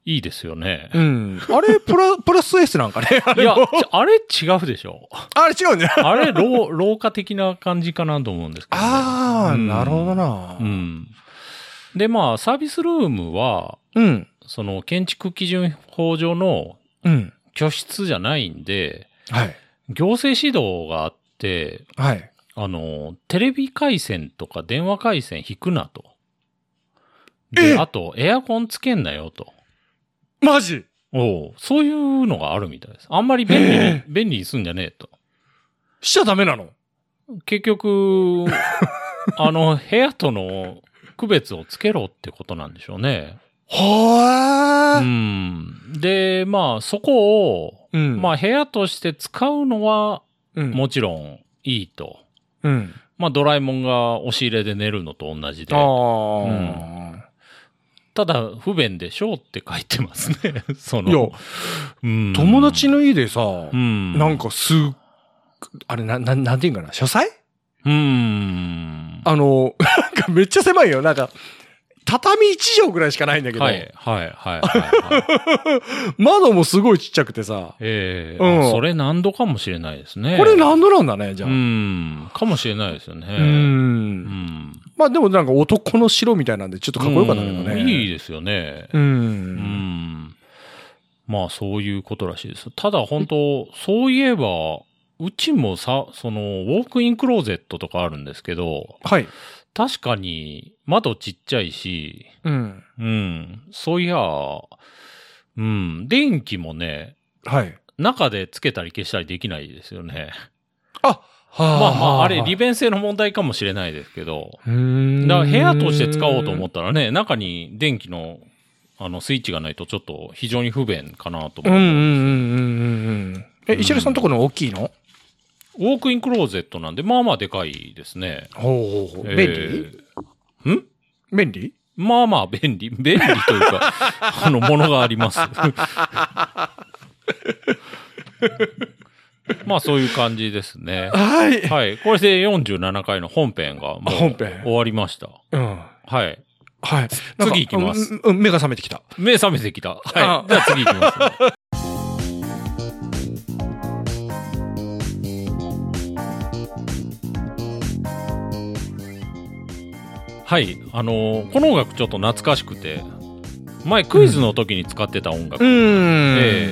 [SPEAKER 3] いいですよね
[SPEAKER 2] う。ん。あれ、プラ、プラス S なんかね。 あ
[SPEAKER 3] い
[SPEAKER 2] れ
[SPEAKER 3] や、
[SPEAKER 2] も、
[SPEAKER 3] ちあれ違うでしょ。
[SPEAKER 2] あれ違うんだよ。
[SPEAKER 3] あれ、老、 老化的な感じかなと思うんですけど、ね。
[SPEAKER 2] ああ、
[SPEAKER 3] うん
[SPEAKER 2] なるほどな
[SPEAKER 3] う。ん。で、まあ、サービスルームは、
[SPEAKER 2] うん。
[SPEAKER 3] その、建築基準法上の
[SPEAKER 2] うん。
[SPEAKER 3] 居室じゃないんで、
[SPEAKER 2] はい。
[SPEAKER 3] 行政指導があって、
[SPEAKER 2] はい。
[SPEAKER 3] あの、テレビ回線とか電話回線引くなと。
[SPEAKER 2] え
[SPEAKER 3] で、あと、エアコンつけんなよと。
[SPEAKER 2] マジ
[SPEAKER 3] おうそういうのがあるみたいです。あんまり便利に、
[SPEAKER 2] え
[SPEAKER 3] 便利にすんじゃねえと。
[SPEAKER 2] しちゃダメなの
[SPEAKER 3] 結局、 あの、部屋との区別をつけろってことなんでしょうね。
[SPEAKER 2] はあ。
[SPEAKER 3] うん。で、まあ、そこを、
[SPEAKER 2] うん
[SPEAKER 3] まあ、部屋として使うのは、
[SPEAKER 2] うん
[SPEAKER 3] もちろんいいと。
[SPEAKER 2] うん。
[SPEAKER 3] まあ、ドラえもんが押し入れで寝るのと同じで
[SPEAKER 2] あ。あ。
[SPEAKER 3] ただ、不便でしょうって書いてますね。 そ
[SPEAKER 2] いや
[SPEAKER 3] の、、うん
[SPEAKER 2] 友達の家でさ
[SPEAKER 3] う、ん。
[SPEAKER 2] なんかすっ、あれ、な、ななんていうんかな、書斎
[SPEAKER 3] うん。
[SPEAKER 2] あの、 なんかめっちゃ狭いよ。なんか、畳一畳ぐらいしかないんだけど、
[SPEAKER 3] はい、はい、は い、はいはい。
[SPEAKER 2] 窓もすごいちっちゃくてさ、
[SPEAKER 3] ええ
[SPEAKER 2] うん
[SPEAKER 3] それ何度かもしれないですね。
[SPEAKER 2] これ何度なんだね、じゃあ。
[SPEAKER 3] う
[SPEAKER 2] うん
[SPEAKER 3] ん。かもしれないですよね。うん。
[SPEAKER 2] まあでもなんか男の城みたいなんでちょっとかっこよかったけどね。
[SPEAKER 3] うんいい
[SPEAKER 2] い。
[SPEAKER 3] ですよね。
[SPEAKER 2] う。
[SPEAKER 3] うんん。まあ、そういうことらしいです。ただ、本当そういえば、うちもさ、その、ウォークインクローゼットとかあるんですけど、
[SPEAKER 2] はい。
[SPEAKER 3] 確かに窓ちっちゃいし、
[SPEAKER 2] うん。
[SPEAKER 3] うん。そういや、うん。電気もね、
[SPEAKER 2] はい。
[SPEAKER 3] 中でつけたり消したりできないですよね。
[SPEAKER 2] ま
[SPEAKER 3] まあまあ、あれ、利便性の問題かもしれないですけど、
[SPEAKER 2] 便
[SPEAKER 3] だから部屋として使おうと思
[SPEAKER 2] っ
[SPEAKER 3] ったらね、中に電気の、あの、スイッチがないとちょっと非常に不便かなと
[SPEAKER 2] うん
[SPEAKER 3] 思
[SPEAKER 2] う
[SPEAKER 3] う。
[SPEAKER 2] んうんうんうんうん。え、
[SPEAKER 3] うん
[SPEAKER 2] 石原さんとこの大きいの
[SPEAKER 3] ウォークインクローゼットなんで、まあまあでかいですね。
[SPEAKER 2] ほうほうほう。便利
[SPEAKER 3] えーん
[SPEAKER 2] 便利
[SPEAKER 3] まあまあ便利。 便利という か、あの、ものがあります。まあそういう感じですね。
[SPEAKER 2] はい。
[SPEAKER 3] はい。これで47回の本編がもう
[SPEAKER 2] 本編
[SPEAKER 3] 終わりました。
[SPEAKER 2] うん。
[SPEAKER 3] はい。
[SPEAKER 2] はい。なんか
[SPEAKER 3] 次行きます。
[SPEAKER 2] うんうん、目が覚めてきた。
[SPEAKER 3] 目覚めてきた。
[SPEAKER 2] あ
[SPEAKER 3] はい。じゃあ次行きます、はい。あのーこの音楽ちょっと懐かしくて、前クイズの時に使ってた音楽
[SPEAKER 2] う
[SPEAKER 3] で、
[SPEAKER 2] ん。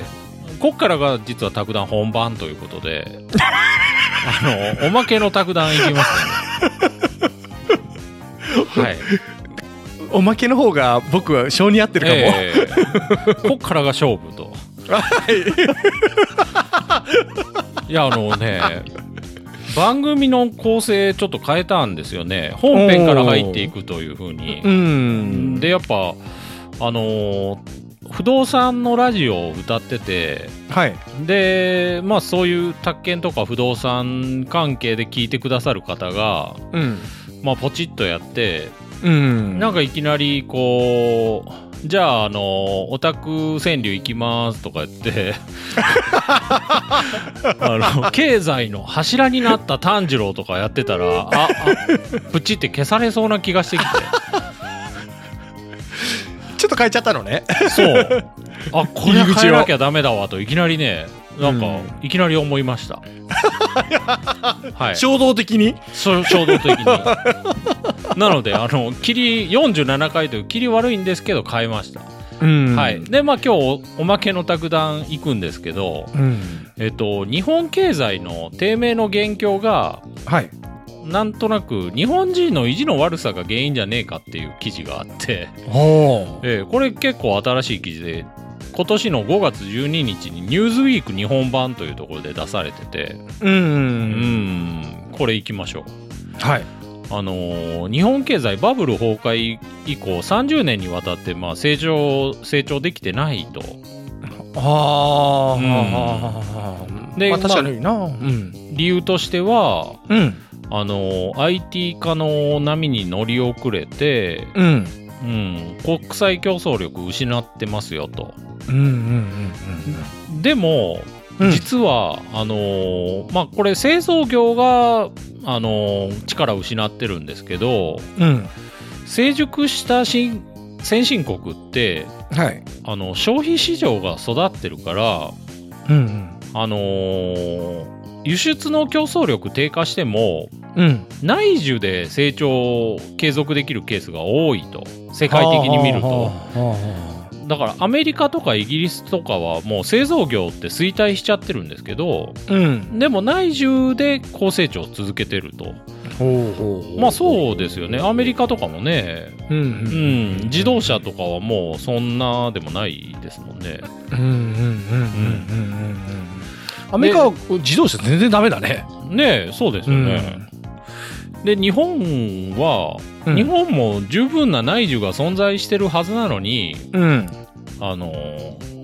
[SPEAKER 3] こっからが実は卓談本番ということで、 あの、おまけの卓談いき ますね。はい。
[SPEAKER 2] おまけの方が僕は性に合ってるかも。
[SPEAKER 3] ええ こっからが勝負と。い。や、あのね、番組の構成ちょっと変えたんですよね。本編から入っていくというふうに
[SPEAKER 2] う。ん。
[SPEAKER 3] で、やっぱ、あのー不動産のラジオを歌ってて、
[SPEAKER 2] はい。
[SPEAKER 3] で、まあそういう宅建とか不動産関係で聞いてくださる方が、
[SPEAKER 2] うん。
[SPEAKER 3] まあポチッとやって、
[SPEAKER 2] うん。
[SPEAKER 3] なんかいきなりこう、じゃあ、あの、オタク川柳行きますとか言って、 あの、経済の柱になった炭治郎とかやってたら、あ、あ、プチって消されそうな気がしてき
[SPEAKER 2] ちょっと変えちゃったのね。
[SPEAKER 3] て、そう。あ、これ
[SPEAKER 2] 入り口を
[SPEAKER 3] 変えなきゃダメだわと、いきなりね、なんか
[SPEAKER 2] うん、
[SPEAKER 3] いきなり思い ました。はい。
[SPEAKER 2] 衝動的に。
[SPEAKER 3] そ衝動的に。なので、あの、切り、47回という切り悪いんですけど、変えました。
[SPEAKER 2] うん
[SPEAKER 3] はい、。でまあ今日おおまけの卓談行くんですけど、
[SPEAKER 2] うん。
[SPEAKER 3] えっと、日本経済の低迷の元凶が
[SPEAKER 2] はい。
[SPEAKER 3] なんとなく日本人の意地の悪さが原因じゃねえかっていう記事があって、
[SPEAKER 2] ほ
[SPEAKER 3] えーこれ結構新しい記事で今年の5月12日に「ニューズウィーク日本版」というところで出されてて
[SPEAKER 2] う。う。
[SPEAKER 3] うんんこれ行きましょう。
[SPEAKER 2] はい。
[SPEAKER 3] あのー日本経済バブル崩壊以降30年にわたってまあ成長成長できてないと
[SPEAKER 2] ああ、
[SPEAKER 3] うん
[SPEAKER 2] あ
[SPEAKER 3] で
[SPEAKER 2] まあ、確かにな。うん。
[SPEAKER 3] 理由としては
[SPEAKER 2] うん。
[SPEAKER 3] あの IT 化の波に乗り遅れて、
[SPEAKER 2] うん。
[SPEAKER 3] うん、国際競争力失ってますよと
[SPEAKER 2] うん。うん。
[SPEAKER 3] でも、
[SPEAKER 2] うん。
[SPEAKER 3] 実はあのまあこれ製造業があの力を失ってるんですけど
[SPEAKER 2] うん。
[SPEAKER 3] 成熟した新先進国って
[SPEAKER 2] はい。
[SPEAKER 3] あの消費市場が育ってるから
[SPEAKER 2] うん。
[SPEAKER 3] あの輸出の競争力低下しても
[SPEAKER 2] うん。
[SPEAKER 3] 内需で成長を継続できるケースが多いと世界的に見ると
[SPEAKER 2] と。
[SPEAKER 3] だからアメリカとかイギリスとかはもう製造業って衰退しちゃってるんですけど
[SPEAKER 2] うん。
[SPEAKER 3] でも内需で高成長を続けてると
[SPEAKER 2] ほうほう
[SPEAKER 3] まあそうですよねアメリカとかもね
[SPEAKER 2] う。う。
[SPEAKER 3] うんん自動車とかはもうそんなでもないですもんね
[SPEAKER 2] うん。うん。うん。うん。うん。アメリカは自動車全然ダメだね。
[SPEAKER 3] ねえそうですよね、で日本は
[SPEAKER 2] うん
[SPEAKER 3] 日本も十分な内需が存在してるはずなのに
[SPEAKER 2] うん。
[SPEAKER 3] あのー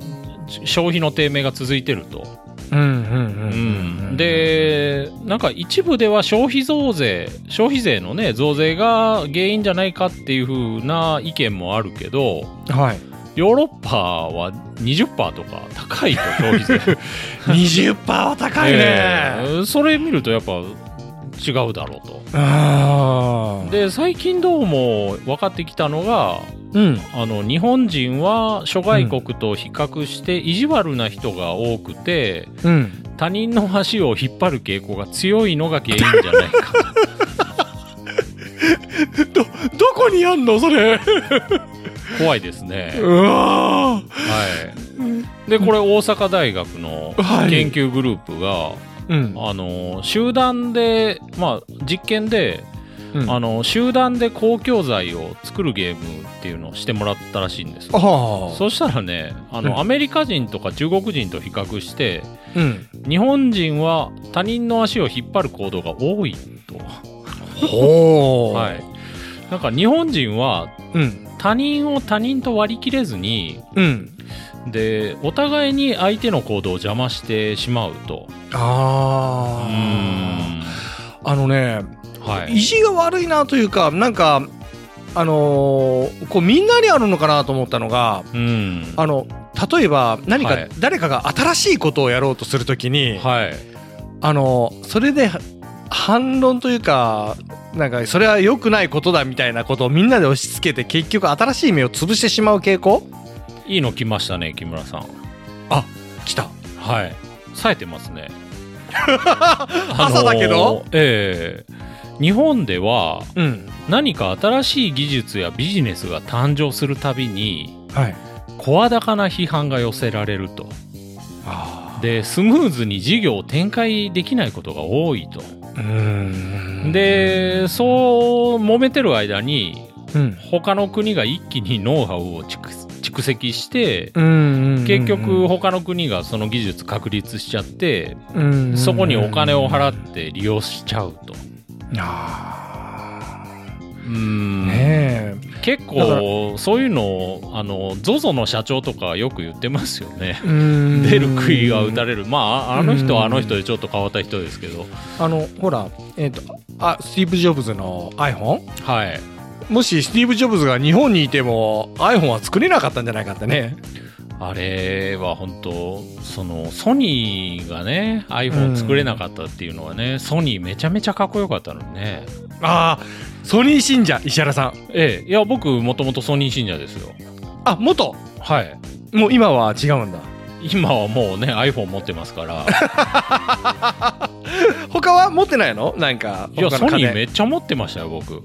[SPEAKER 3] 消費の低迷が続いてると、
[SPEAKER 2] うん。うん。うん。、
[SPEAKER 3] でなんか一部では消費増税消費税のね増税が原因じゃないかっていう風な意見もあるけど
[SPEAKER 2] はい。
[SPEAKER 3] ヨーロッパは20%とか高いと消費税
[SPEAKER 2] 20%は 高い
[SPEAKER 3] え
[SPEAKER 2] ね。
[SPEAKER 3] ーそれ見るとやっぱ違うだろうと
[SPEAKER 2] ああ。、
[SPEAKER 3] で最近どうも分かってきたのが
[SPEAKER 2] うん。
[SPEAKER 3] あの日本人は諸外国と比較して意地悪な人が多くて、
[SPEAKER 2] うん。
[SPEAKER 3] 他人の足を引っ張る傾向が強いのが原因じゃない か
[SPEAKER 2] どこにあんのそれ。
[SPEAKER 3] 怖いですね、
[SPEAKER 2] うわ
[SPEAKER 3] はい、でこれ大阪大学の
[SPEAKER 2] はい
[SPEAKER 3] 研究グループが、
[SPEAKER 2] うん。
[SPEAKER 3] あの集団で、まあ、実験で、
[SPEAKER 2] うん
[SPEAKER 3] あの集団で公共財を作るゲームっていうのをしてもらったらしいんですよ
[SPEAKER 2] あ
[SPEAKER 3] そしたらねあ
[SPEAKER 2] うん
[SPEAKER 3] のアメリカ人とか中国人と比較して
[SPEAKER 2] う。うん。
[SPEAKER 3] 日本人は他人の足を引っ張る行動が多いと、
[SPEAKER 2] ほう。
[SPEAKER 3] はい、なんか日本人は
[SPEAKER 2] うん。
[SPEAKER 3] 他人を他人と割り切れずに
[SPEAKER 2] うん。
[SPEAKER 3] でお互いに相手の行動を邪魔してしまうとう
[SPEAKER 2] ああ。
[SPEAKER 3] ん
[SPEAKER 2] あのね、
[SPEAKER 3] は
[SPEAKER 2] 意
[SPEAKER 3] い
[SPEAKER 2] 地が悪いなというか、なんか、あのーこうみんなにあるのかなと思ったのが、
[SPEAKER 3] うん
[SPEAKER 2] あの、例えば何か
[SPEAKER 3] はい
[SPEAKER 2] 誰かが新しいことをやろうとするときに、
[SPEAKER 3] はい
[SPEAKER 2] あのーそれで反論というか、なんかそれは良くないことだみたいなことをみんなで押し付けて結局新しい芽を潰してしまう傾向
[SPEAKER 3] いいの来ましたね木村さん
[SPEAKER 2] あ来た
[SPEAKER 3] はい冴えてますね
[SPEAKER 2] 朝だけど
[SPEAKER 3] あのーええ日本では
[SPEAKER 2] うん
[SPEAKER 3] 何か新しい技術やビジネスが誕生するたびに
[SPEAKER 2] はい
[SPEAKER 3] 声高な批判が寄せられると
[SPEAKER 2] あ
[SPEAKER 3] でスムーズに事業を展開できないことが多いと
[SPEAKER 2] うーん
[SPEAKER 3] でそう揉めてる間に
[SPEAKER 2] うん
[SPEAKER 3] 他の国が一気にノウハウを蓄蓄積して
[SPEAKER 2] うんうんうん
[SPEAKER 3] 結局他の国がその技術確立しちゃって
[SPEAKER 2] うんうんうん
[SPEAKER 3] そこにお金を払って利用しちゃうと。
[SPEAKER 2] あ
[SPEAKER 3] うん
[SPEAKER 2] ーね
[SPEAKER 3] 結
[SPEAKER 2] だか
[SPEAKER 3] 構そういうのをあの ZOZO の社長とかよく言ってますよね
[SPEAKER 2] え。うん
[SPEAKER 3] 出る杭は打たれるまあああの人はあ
[SPEAKER 2] うん
[SPEAKER 3] の人でちょっと変わった人ですけど
[SPEAKER 2] あのほらえっ、とあスティーブ・ジョブズの iPhone
[SPEAKER 3] はい
[SPEAKER 2] もしスティーブ・ジョブズが日本にいても iPhone は作れなかったんじゃないかってね
[SPEAKER 3] あれは本当そのソニーがね iPhone 作れなかったっていうのはね、ソニーめちゃめちゃかっこよかったのにね
[SPEAKER 2] ああソニー信者石原さん
[SPEAKER 3] ええいや僕もともとソニー信者ですよ
[SPEAKER 2] あ元
[SPEAKER 3] はい
[SPEAKER 2] もう今は違うんだ
[SPEAKER 3] 今はもうね iPhone 持ってますから
[SPEAKER 2] 他は持ってないのなんか
[SPEAKER 3] いや
[SPEAKER 2] 他
[SPEAKER 3] ソ
[SPEAKER 2] の家
[SPEAKER 3] ニー
[SPEAKER 2] 電
[SPEAKER 3] めっちゃ持ってましたよ僕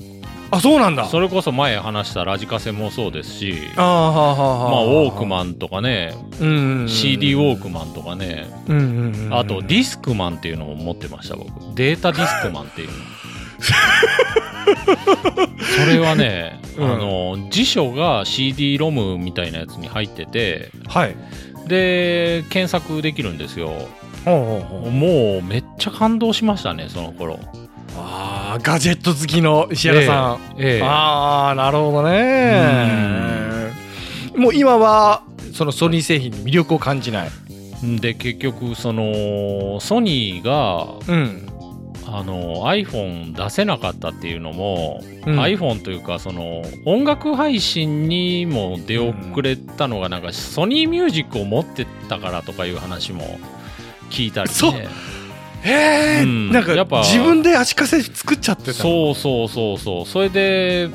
[SPEAKER 2] あそうなんだ
[SPEAKER 3] それこそ前話したラジカセもそうですし
[SPEAKER 2] ああはあはあは
[SPEAKER 3] ま
[SPEAKER 2] あ
[SPEAKER 3] あ、ウォークマンとかね、
[SPEAKER 2] うんうんうん
[SPEAKER 3] CD ウォークマンとかね、
[SPEAKER 2] うんうんうんうん
[SPEAKER 3] あとディスクマンっていうのも持ってました、僕。データディスクマン っていうの。それはね、
[SPEAKER 2] うん
[SPEAKER 3] あの、辞書が CD ロムみたいなやつに入ってて、
[SPEAKER 2] はい
[SPEAKER 3] で、検索できるんですよ。
[SPEAKER 2] ほうほうほう
[SPEAKER 3] もうめっちゃ感動しましたね、その頃。
[SPEAKER 2] ああガジェット好きの石原さん、
[SPEAKER 3] ええ
[SPEAKER 2] ああなるほどねもう今はそのソニー製品に魅力を感じない
[SPEAKER 3] で、結局、その、ソニーが、
[SPEAKER 2] うん
[SPEAKER 3] あの iPhone 出せなかったっていうのも、
[SPEAKER 2] うん
[SPEAKER 3] iPhone というかその音楽配信にも出遅れたのがなんかソニーミュージックを持ってたからとかいう話も聞いたり
[SPEAKER 2] そう
[SPEAKER 3] ね
[SPEAKER 2] へえ、
[SPEAKER 3] うん
[SPEAKER 2] なんか
[SPEAKER 3] やっぱ
[SPEAKER 2] 自分で足かせ作っちゃってた
[SPEAKER 3] そうそうそうそうそれで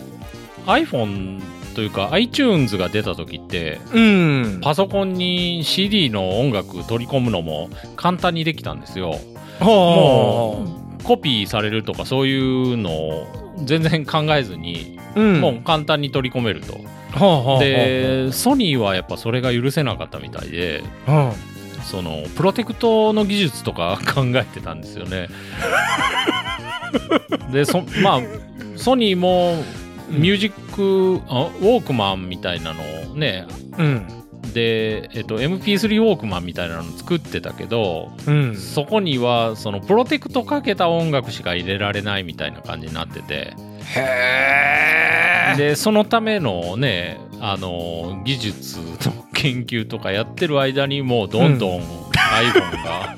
[SPEAKER 3] iPhone というか iTunes が出た時って
[SPEAKER 2] うん
[SPEAKER 3] パソコンに CD の音楽取り込むのも簡単にできたんですよ
[SPEAKER 2] も
[SPEAKER 3] コピーされるとかそういうのを全然考えずに
[SPEAKER 2] う、うん、
[SPEAKER 3] もう簡単に取り込めると、
[SPEAKER 2] ほうほう
[SPEAKER 3] でソニーはやっぱそれが許せなかったみたいで
[SPEAKER 2] ほううん
[SPEAKER 3] そのプロテクトの技術とか考えてたんですよ ねでそまあソニーもミュージック、あウォークマンみたいなのをね
[SPEAKER 2] うん
[SPEAKER 3] で、えっと、MP3 ウォークマンみたいなの作ってたけど
[SPEAKER 2] うん
[SPEAKER 3] そこにはそのプロテクトかけた音楽しか入れられないみたいな感じになってて
[SPEAKER 2] へえ
[SPEAKER 3] でそのためのねあの技術の研究とかやってる間にもうどんどん iPhone が、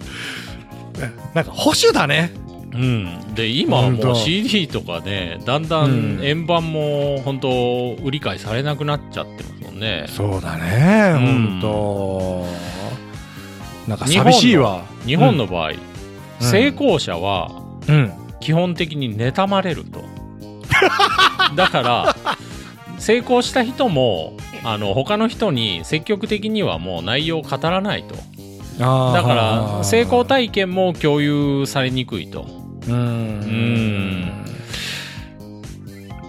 [SPEAKER 2] なんか保守だね
[SPEAKER 3] うん、で今は
[SPEAKER 2] 本
[SPEAKER 3] も
[SPEAKER 2] 当
[SPEAKER 3] う CD とかねだんだ
[SPEAKER 2] うん
[SPEAKER 3] ん円盤も本当売り買いされなくなっちゃってますもんね
[SPEAKER 2] そうだね
[SPEAKER 3] うん
[SPEAKER 2] ほんとなんか寂しいわ
[SPEAKER 3] 日本の場合、
[SPEAKER 2] うん
[SPEAKER 3] 成功者は
[SPEAKER 2] うん、うん
[SPEAKER 3] 基本的に妬まれる とだから成功した人もあの他の人に積極的にはもう内容を語らないと
[SPEAKER 2] あー
[SPEAKER 3] だから成功体験も共有されにくいと。
[SPEAKER 2] うーん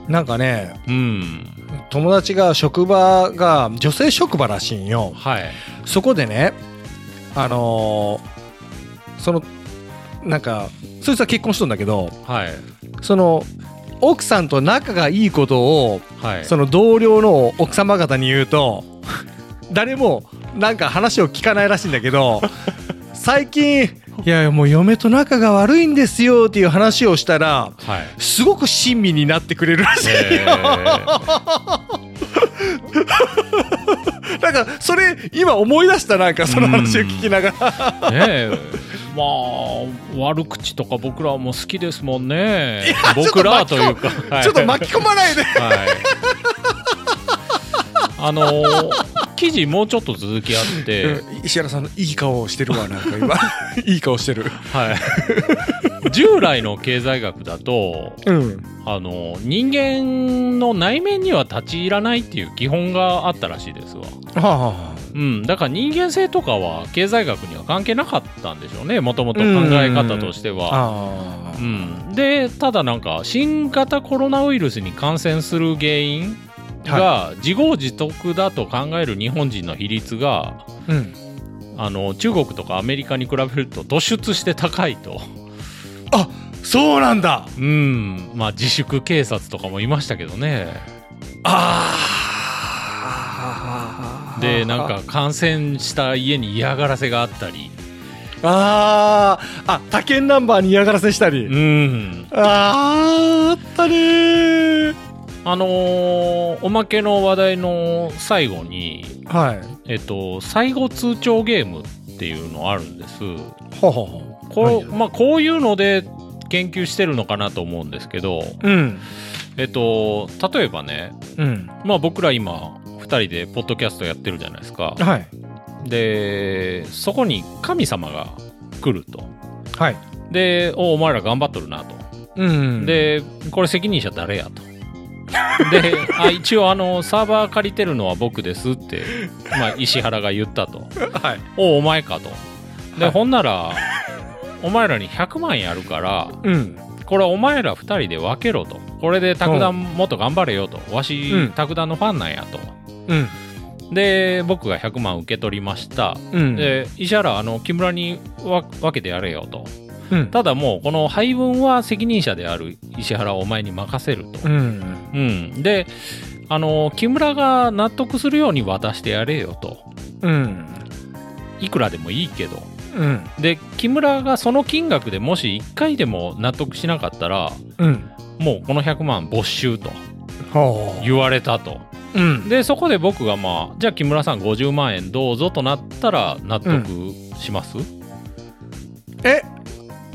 [SPEAKER 2] なんかね
[SPEAKER 3] うん。
[SPEAKER 2] 友達が職場が女性職場らしいんよ
[SPEAKER 3] はい。
[SPEAKER 2] そこでねあのーそのなんかそいつは結婚しとんだけど
[SPEAKER 3] はい。
[SPEAKER 2] その奥さんと仲がいいことを
[SPEAKER 3] はい。
[SPEAKER 2] その同僚の奥様方に言うと誰もなんか話を聞かないらしいんだけ ど最近いやもう嫁と仲が悪いんですよっていう話をしたら
[SPEAKER 3] はい。
[SPEAKER 2] すごく親身になってくれるらしいよ、
[SPEAKER 3] えー
[SPEAKER 2] なんかそれ今思い出したなんかその話を聞きながら、
[SPEAKER 3] ねえまあ悪口とか僕らも好きですもんね
[SPEAKER 2] ちょっと
[SPEAKER 3] 僕らというか、はい
[SPEAKER 2] ちょっと巻き込まないで
[SPEAKER 3] はいあのー記事もうちょっと続きあ って、
[SPEAKER 2] 石原さんのいい顔してるわなんか 今いい顔してる
[SPEAKER 3] はい、従来の経済学だと
[SPEAKER 2] うん
[SPEAKER 3] あの人間の内面には立ち入らないっていう基本があったらしいですわ、
[SPEAKER 2] はあ、は
[SPEAKER 3] うん、だから人間性とかは経済学には関係なかったんでしょうねもともと考え方として
[SPEAKER 2] あ、
[SPEAKER 3] は。
[SPEAKER 2] あ
[SPEAKER 3] う
[SPEAKER 2] ー
[SPEAKER 3] ん、でただなんか新型コロナウイルスに感染する原因が自業自得だと考える日本人の比率が
[SPEAKER 2] うん
[SPEAKER 3] あの中国とかアメリカに比べると突出して高いと。
[SPEAKER 2] そうなんだ
[SPEAKER 3] うんまあ自粛警察とかもいましたけどね
[SPEAKER 2] あー
[SPEAKER 3] でなんか感染した家に嫌がらせがあったり
[SPEAKER 2] あーあ他県ナンバーに嫌がらせしたり、
[SPEAKER 3] うん
[SPEAKER 2] あーあったねー
[SPEAKER 3] あのーおまけの話題の最後に
[SPEAKER 2] はい
[SPEAKER 3] えっと最後通帳ゲームっていうのあるんです
[SPEAKER 2] ほうほうほう
[SPEAKER 3] こ,、
[SPEAKER 2] はい
[SPEAKER 3] まあ、こういうので研究してるのかなと思うんですけど
[SPEAKER 2] うん
[SPEAKER 3] えっと例えばね
[SPEAKER 2] うん
[SPEAKER 3] まあ僕ら今2人でポッドキャストやってるじゃないですか
[SPEAKER 2] はい
[SPEAKER 3] でそこに神様が来ると
[SPEAKER 2] はい
[SPEAKER 3] でおお前ら頑張っとるなと、
[SPEAKER 2] うん
[SPEAKER 3] でこれ責任者誰やとであ一応あのサーバー借りてるのは僕ですって、まあ、石原が言ったと
[SPEAKER 2] はい
[SPEAKER 3] おお前かとで、
[SPEAKER 2] はい
[SPEAKER 3] ほんならお前らに100万円あるから
[SPEAKER 2] うん
[SPEAKER 3] これお前ら2人で分けろとこれで卓談もっと頑張れよとわし
[SPEAKER 2] うん
[SPEAKER 3] 卓談のファンなんやと
[SPEAKER 2] うん
[SPEAKER 3] で僕が100万受け取りました
[SPEAKER 2] うん
[SPEAKER 3] で石原あの木村にわ分けてやれよと
[SPEAKER 2] うん
[SPEAKER 3] ただもうこの配分は責任者である石原をお前に任せると
[SPEAKER 2] う、ん
[SPEAKER 3] うん、であの木村が納得するように渡してやれよと
[SPEAKER 2] うん
[SPEAKER 3] いくらでもいいけど
[SPEAKER 2] うん
[SPEAKER 3] で木村がその金額でもし1回でも納得しなかったら
[SPEAKER 2] うん
[SPEAKER 3] もうこの100万没収と
[SPEAKER 2] ほ
[SPEAKER 3] 言われたと
[SPEAKER 2] ううん
[SPEAKER 3] でそこで僕がまあじゃあ木村さん50万円どうぞとなったら納得します、
[SPEAKER 2] え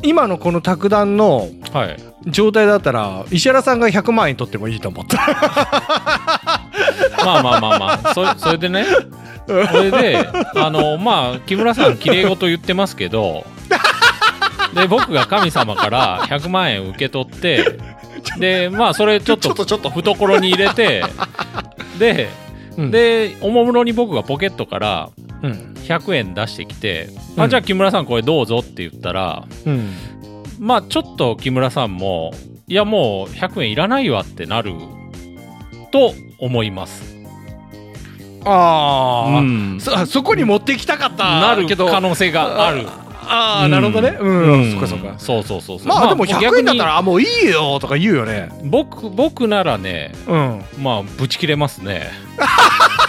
[SPEAKER 2] 今のこの卓談の
[SPEAKER 3] はい
[SPEAKER 2] 状態だったら石原さんが100万円取ってもいいと思った
[SPEAKER 3] まあまあまあまあそそれでねそれであのまあ木村さんきれい事言ってますけどで僕が神様から100万円受け取ってでまあそれちょっと
[SPEAKER 2] ちょっと
[SPEAKER 3] 懐に入れてで
[SPEAKER 2] うん
[SPEAKER 3] でおもむろに僕がポケットから
[SPEAKER 2] うん
[SPEAKER 3] 100円出してきて、
[SPEAKER 2] う
[SPEAKER 3] あ
[SPEAKER 2] ん
[SPEAKER 3] じゃあ木村さんこれどうぞって言ったら
[SPEAKER 2] うん
[SPEAKER 3] まあちょっと木村さんもいやもう100円いらないわってなると思います。
[SPEAKER 2] ああ、
[SPEAKER 3] うん
[SPEAKER 2] そそこに持ってきたかった
[SPEAKER 3] なる
[SPEAKER 2] けど
[SPEAKER 3] 可能性がある。
[SPEAKER 2] あ
[SPEAKER 3] う
[SPEAKER 2] あ
[SPEAKER 3] ん
[SPEAKER 2] なるほどねうん、そっかそっか
[SPEAKER 3] そうそうそうそう。
[SPEAKER 2] まあでも100円だった
[SPEAKER 3] 逆
[SPEAKER 2] らあもういいよとか言うよね
[SPEAKER 3] に僕僕ならね、
[SPEAKER 2] うん
[SPEAKER 3] まあぶち切れま すね。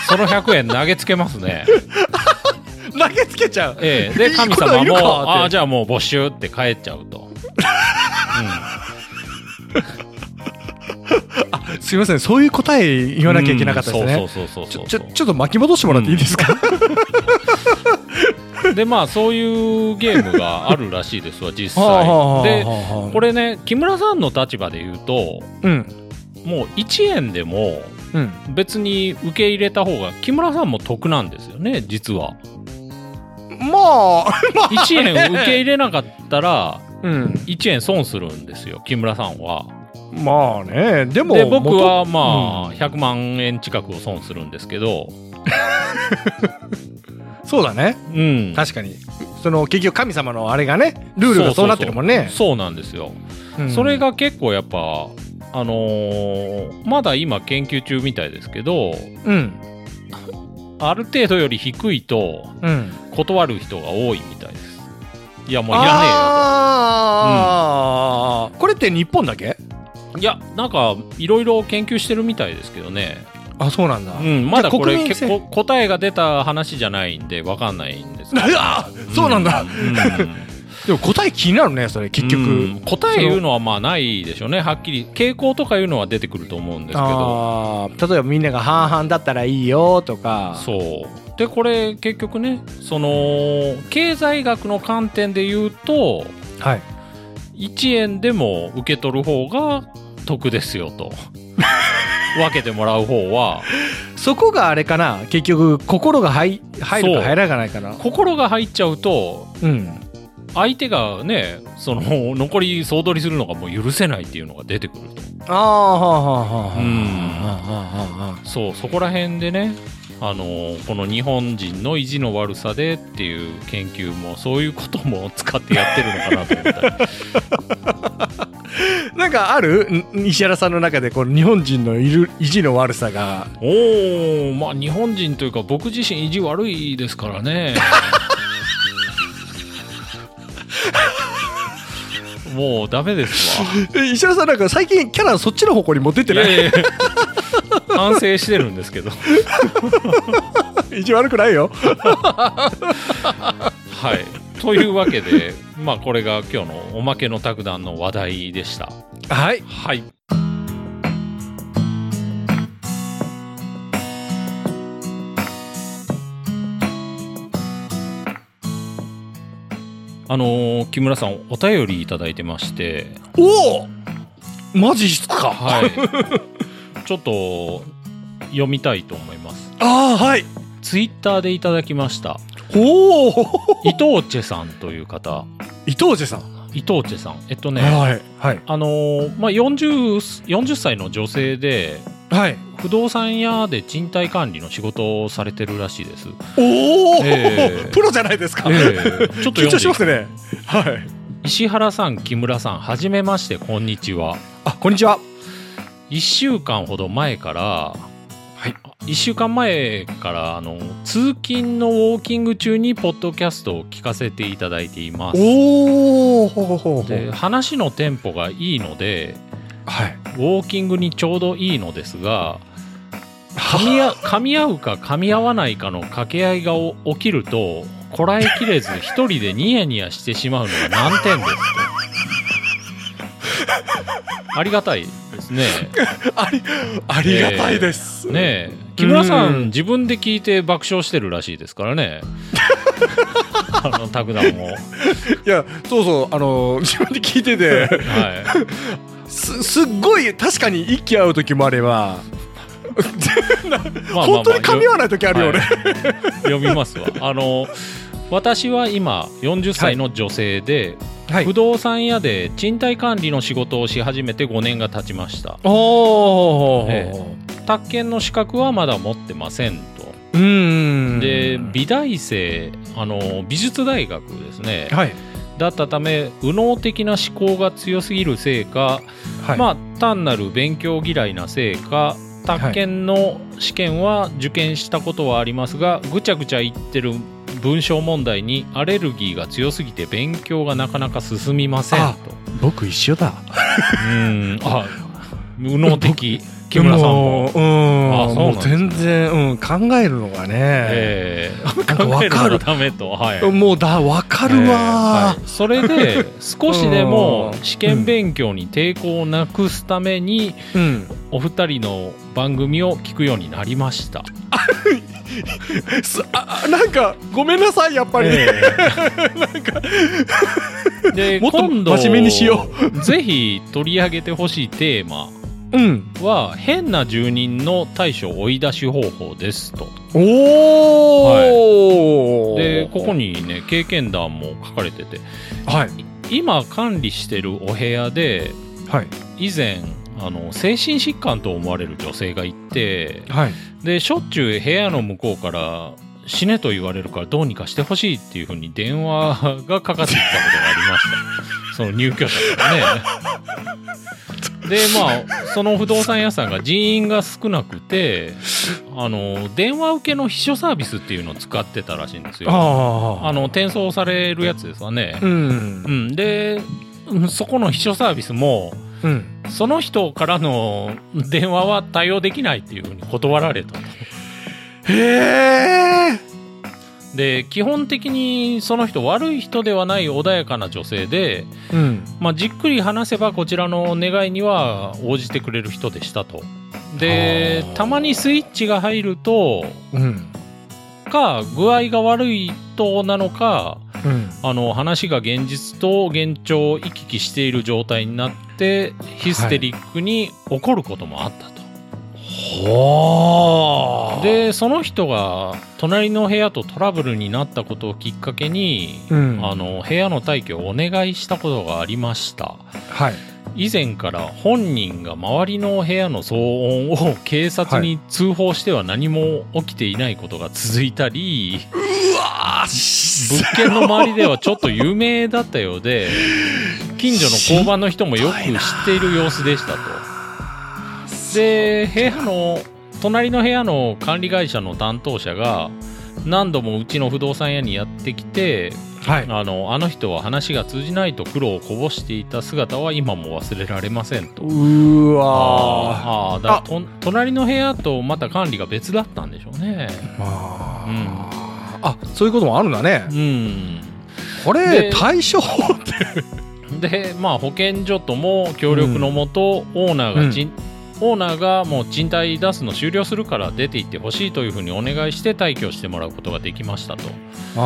[SPEAKER 3] その100円投げつけますね。
[SPEAKER 2] 投げつけちゃう
[SPEAKER 3] ええ、で
[SPEAKER 2] いい
[SPEAKER 3] 神
[SPEAKER 2] こと
[SPEAKER 3] 様
[SPEAKER 2] いる
[SPEAKER 3] も
[SPEAKER 2] かって
[SPEAKER 3] ああじゃあもう募集って帰っちゃうと。
[SPEAKER 2] すいませんそういう答え言
[SPEAKER 3] 言
[SPEAKER 2] わなきゃいけなかったですね、
[SPEAKER 3] そうそうそうそうそう。
[SPEAKER 2] ちょちょちょっと巻き戻してもらっていいですか、
[SPEAKER 3] でまあそういうゲームがあるらしいですわ実
[SPEAKER 2] はあは あはあ
[SPEAKER 3] 際。で
[SPEAKER 2] はあ
[SPEAKER 3] これね木村さんの立場で言うと
[SPEAKER 2] うん
[SPEAKER 3] もう1円でも
[SPEAKER 2] うん
[SPEAKER 3] 別に受け入れた方が木村さんも得なんですよね実は。
[SPEAKER 2] まあ
[SPEAKER 3] 1円受け入れなかったら
[SPEAKER 2] うん
[SPEAKER 3] 1円損するんですよ木村さんは。
[SPEAKER 2] まあねでも
[SPEAKER 3] で僕は
[SPEAKER 2] う
[SPEAKER 3] ま
[SPEAKER 2] ん
[SPEAKER 3] あ100万円近くを損するんですけど、
[SPEAKER 2] 元そうだね
[SPEAKER 3] うん、
[SPEAKER 2] 確かにその結局神様のあれがねルールがそうなってるもんね
[SPEAKER 3] そうなんですよ、それが結構やっぱあのーまだ今研究中みたいですけ
[SPEAKER 2] う
[SPEAKER 3] ど
[SPEAKER 2] ん
[SPEAKER 3] ある程度より低いと
[SPEAKER 2] うん
[SPEAKER 3] 断る人が多いみたいですいやもういらね
[SPEAKER 2] ああ、これって日本だけ
[SPEAKER 3] えよいやなんかいろいろ研究してるみたいですけどね
[SPEAKER 2] あそうなん だ、
[SPEAKER 3] うん、まだこ
[SPEAKER 2] じゃ
[SPEAKER 3] れ
[SPEAKER 2] あ
[SPEAKER 3] 結
[SPEAKER 2] 国
[SPEAKER 3] 構答えが出た話じゃないんでわかんないんですけど
[SPEAKER 2] あそうなんだ、
[SPEAKER 3] うん
[SPEAKER 2] でも答え気になるねそれ結
[SPEAKER 3] うん
[SPEAKER 2] 局
[SPEAKER 3] 答え言う
[SPEAKER 2] の
[SPEAKER 3] のはまあないでしょうねはっきり傾向とかいうのは出てくると思うんですけ
[SPEAKER 2] あ
[SPEAKER 3] ど
[SPEAKER 2] ー例えばみんなが半々だったらいいよとか
[SPEAKER 3] そうでこれ結局ねその経済学の観点で言うと
[SPEAKER 2] はい
[SPEAKER 3] 1円でも受け取る方が得です よと分けてもらう方は
[SPEAKER 2] そこがあれかな結局心が入入る
[SPEAKER 3] そ
[SPEAKER 2] か
[SPEAKER 3] う
[SPEAKER 2] 入らないかないかな
[SPEAKER 3] 心が入っちゃうと
[SPEAKER 2] うん
[SPEAKER 3] 相手がねその残り総取りするのがもう許せないっていうのが出てくると
[SPEAKER 2] ああはあはあはあ
[SPEAKER 3] うん
[SPEAKER 2] はあはあはあはあ
[SPEAKER 3] そうそこら辺でねあのーこの日本人の意地の悪さでっていう研究もそういうことも使ってやってるのかなと思ったり
[SPEAKER 2] なんかあるん石原さんの中でこの日本人のいる意地の悪さが
[SPEAKER 3] おおまあ日本人というか僕自身意地悪いですからね もうダメですわ
[SPEAKER 2] え石原さんなんか最近キャラそっちの方向に持ってって
[SPEAKER 3] い
[SPEAKER 2] ない
[SPEAKER 3] やいやいや反省してるんですけど
[SPEAKER 2] 意地悪くないよ
[SPEAKER 3] はい。というわけで、まあこれが今日のおまけの卓談の話題でした。
[SPEAKER 2] はい
[SPEAKER 3] はい。あのー木村さんお便りいただいてまして、
[SPEAKER 2] おおマジっすか
[SPEAKER 3] はい。 ちょっと読みたいと思います。
[SPEAKER 2] ああはい
[SPEAKER 3] ツイッターでいただきました。
[SPEAKER 2] おお
[SPEAKER 3] 伊藤チェさんという方。
[SPEAKER 2] 伊藤家さん、
[SPEAKER 3] 伊藤チェさん。えっとね、
[SPEAKER 2] はいはい
[SPEAKER 3] あのーまあ、40, 40歳の女性で
[SPEAKER 2] はい
[SPEAKER 3] 不動産屋で賃貸管理の仕事をされてるらしいです。
[SPEAKER 2] おお、
[SPEAKER 3] ええ
[SPEAKER 2] プロじゃないですか、
[SPEAKER 3] ちょっと
[SPEAKER 2] 緊張し
[SPEAKER 3] 読
[SPEAKER 2] ま
[SPEAKER 3] んです
[SPEAKER 2] ねはい
[SPEAKER 3] 石原さん木村さんはじめましてこんにちは
[SPEAKER 2] あこんにちは
[SPEAKER 3] 1週間ほど前から、1週間前からあの通勤のウォーキング中にポッドキャストを聞かせていただいています
[SPEAKER 2] おおほほほほ
[SPEAKER 3] で話のテンポがいいので
[SPEAKER 2] はい
[SPEAKER 3] ウォーキングにちょうどいいのですが噛 みあ噛み合うか噛み合わないかの掛け合いがお起きるとこらえきれず一人でニヤニヤしてしまうのが難点ですとありがたいですね
[SPEAKER 2] ありありがたいです、
[SPEAKER 3] ねえ木村さ
[SPEAKER 2] うん
[SPEAKER 3] ん自分で聞いて爆笑してるらしいですか らねあの拓談も、はい
[SPEAKER 2] やそうそうあの自分で聞いてて
[SPEAKER 3] い、
[SPEAKER 2] すすっごい確かに息合う時もあれば
[SPEAKER 3] まあまあまあ
[SPEAKER 2] 本当に噛み合わない時あるよね、
[SPEAKER 3] はい読みますわ。あの私は今40歳の女性で、
[SPEAKER 2] はい
[SPEAKER 3] 不動産屋で賃貸管理の仕事をし始めて5年が経ちました
[SPEAKER 2] おお、
[SPEAKER 3] え宅建の資格はまだ持ってません
[SPEAKER 2] うー
[SPEAKER 3] と
[SPEAKER 2] ん
[SPEAKER 3] で美大生あの美術大学ですね
[SPEAKER 2] はい
[SPEAKER 3] だったため右脳的な思考が強すぎるせいか、
[SPEAKER 2] はい、
[SPEAKER 3] まあ単なる勉強嫌いなせいか宅建の試験は受験したことはありますが、ぐちゃぐちゃ言ってる文章問題にアレルギーが強すぎて勉強がなかなか進みません
[SPEAKER 2] あ
[SPEAKER 3] と
[SPEAKER 2] 僕一緒だ
[SPEAKER 3] うんあ無能的木村さんも。
[SPEAKER 2] ううん
[SPEAKER 3] あそうな
[SPEAKER 2] も
[SPEAKER 3] んで
[SPEAKER 2] う
[SPEAKER 3] すね
[SPEAKER 2] 全然、うん、考えるのがね、
[SPEAKER 3] ええ
[SPEAKER 2] なんか
[SPEAKER 3] 考え
[SPEAKER 2] わ
[SPEAKER 3] る
[SPEAKER 2] か
[SPEAKER 3] のが
[SPEAKER 2] る
[SPEAKER 3] ダメと、はい、
[SPEAKER 2] もうだわかるわ、
[SPEAKER 3] えーはいそ れで少しでも試験勉強に抵抗をなくすために
[SPEAKER 2] うん
[SPEAKER 3] お二人の番組を聞くようになりました
[SPEAKER 2] すああなんかごめんなさいやっぱり、
[SPEAKER 3] で
[SPEAKER 2] もっと
[SPEAKER 3] 今度
[SPEAKER 2] 真面目にしよ
[SPEAKER 3] うぜひ取り上げてほしいテーマ
[SPEAKER 2] うん
[SPEAKER 3] は変な住人の対処追い出し方法ですと
[SPEAKER 2] おお、
[SPEAKER 3] でここにね経験談も書かれてて
[SPEAKER 2] はい
[SPEAKER 3] 今管理してるお部屋で
[SPEAKER 2] はい
[SPEAKER 3] 以前あの精神疾患と思われる女性がいて
[SPEAKER 2] はい
[SPEAKER 3] でしょっちゅう部屋の向こうから死ねと言われるからどうにかしてほしいっていうふうに電話がかかってきたことがありま したその入居者からねでまあその不動産屋さんが人員が少なくてあの電話受けの秘書サービスっていうのを使ってたらしいんですよ
[SPEAKER 2] あ
[SPEAKER 3] あの転送されるやつですわね
[SPEAKER 2] う、
[SPEAKER 3] うんん、でうんそこの秘書サービスも
[SPEAKER 2] うん
[SPEAKER 3] その人からの電話は対応できないっていうふうに断られたと
[SPEAKER 2] へえ
[SPEAKER 3] で基本的にその人悪い人ではない穏やかな女性で、
[SPEAKER 2] うん
[SPEAKER 3] まあ、じっくり話せばこちらの願いには応じてくれる人でしたとで
[SPEAKER 2] あー
[SPEAKER 3] たまにスイッチが入ると
[SPEAKER 2] うん
[SPEAKER 3] か具合が悪いとなのか
[SPEAKER 2] うん
[SPEAKER 3] あの話が現実と現状を行き来している状態になってヒステリックに怒ることもあったと、
[SPEAKER 2] はあ
[SPEAKER 3] でその人が隣の部屋とトラブルになったことをきっかけに、
[SPEAKER 2] うん
[SPEAKER 3] あの部屋の退去をお願いしたことがありました
[SPEAKER 2] はい
[SPEAKER 3] 以前から本人が周りの部屋の騒音を警察に通報しては何も起きていないことが続い たり、
[SPEAKER 2] あ
[SPEAKER 3] 物件の周りではちょっと有名だったようで近所の交番の人もよく知っている様子でしたとで部屋の隣の部屋の管理会社の担当者が何度もうちの不動産屋にやってきて
[SPEAKER 2] はい
[SPEAKER 3] あのあの人は話が通じないと苦労をこぼしていた姿は今も忘れられませんと
[SPEAKER 2] うーわ
[SPEAKER 3] あーあーだからと隣の部屋とまた管理が別だったんでしょうね
[SPEAKER 2] ーあそういうこともあるんだね
[SPEAKER 3] うん
[SPEAKER 2] これ
[SPEAKER 3] で
[SPEAKER 2] 対処法って
[SPEAKER 3] で、まあ、保健所とも協力のもと、オーナーがちん、オーナーがもう賃貸出すの終了するから出て行ってほしいというふうにお願いして退去してもらうことができましたと
[SPEAKER 2] あ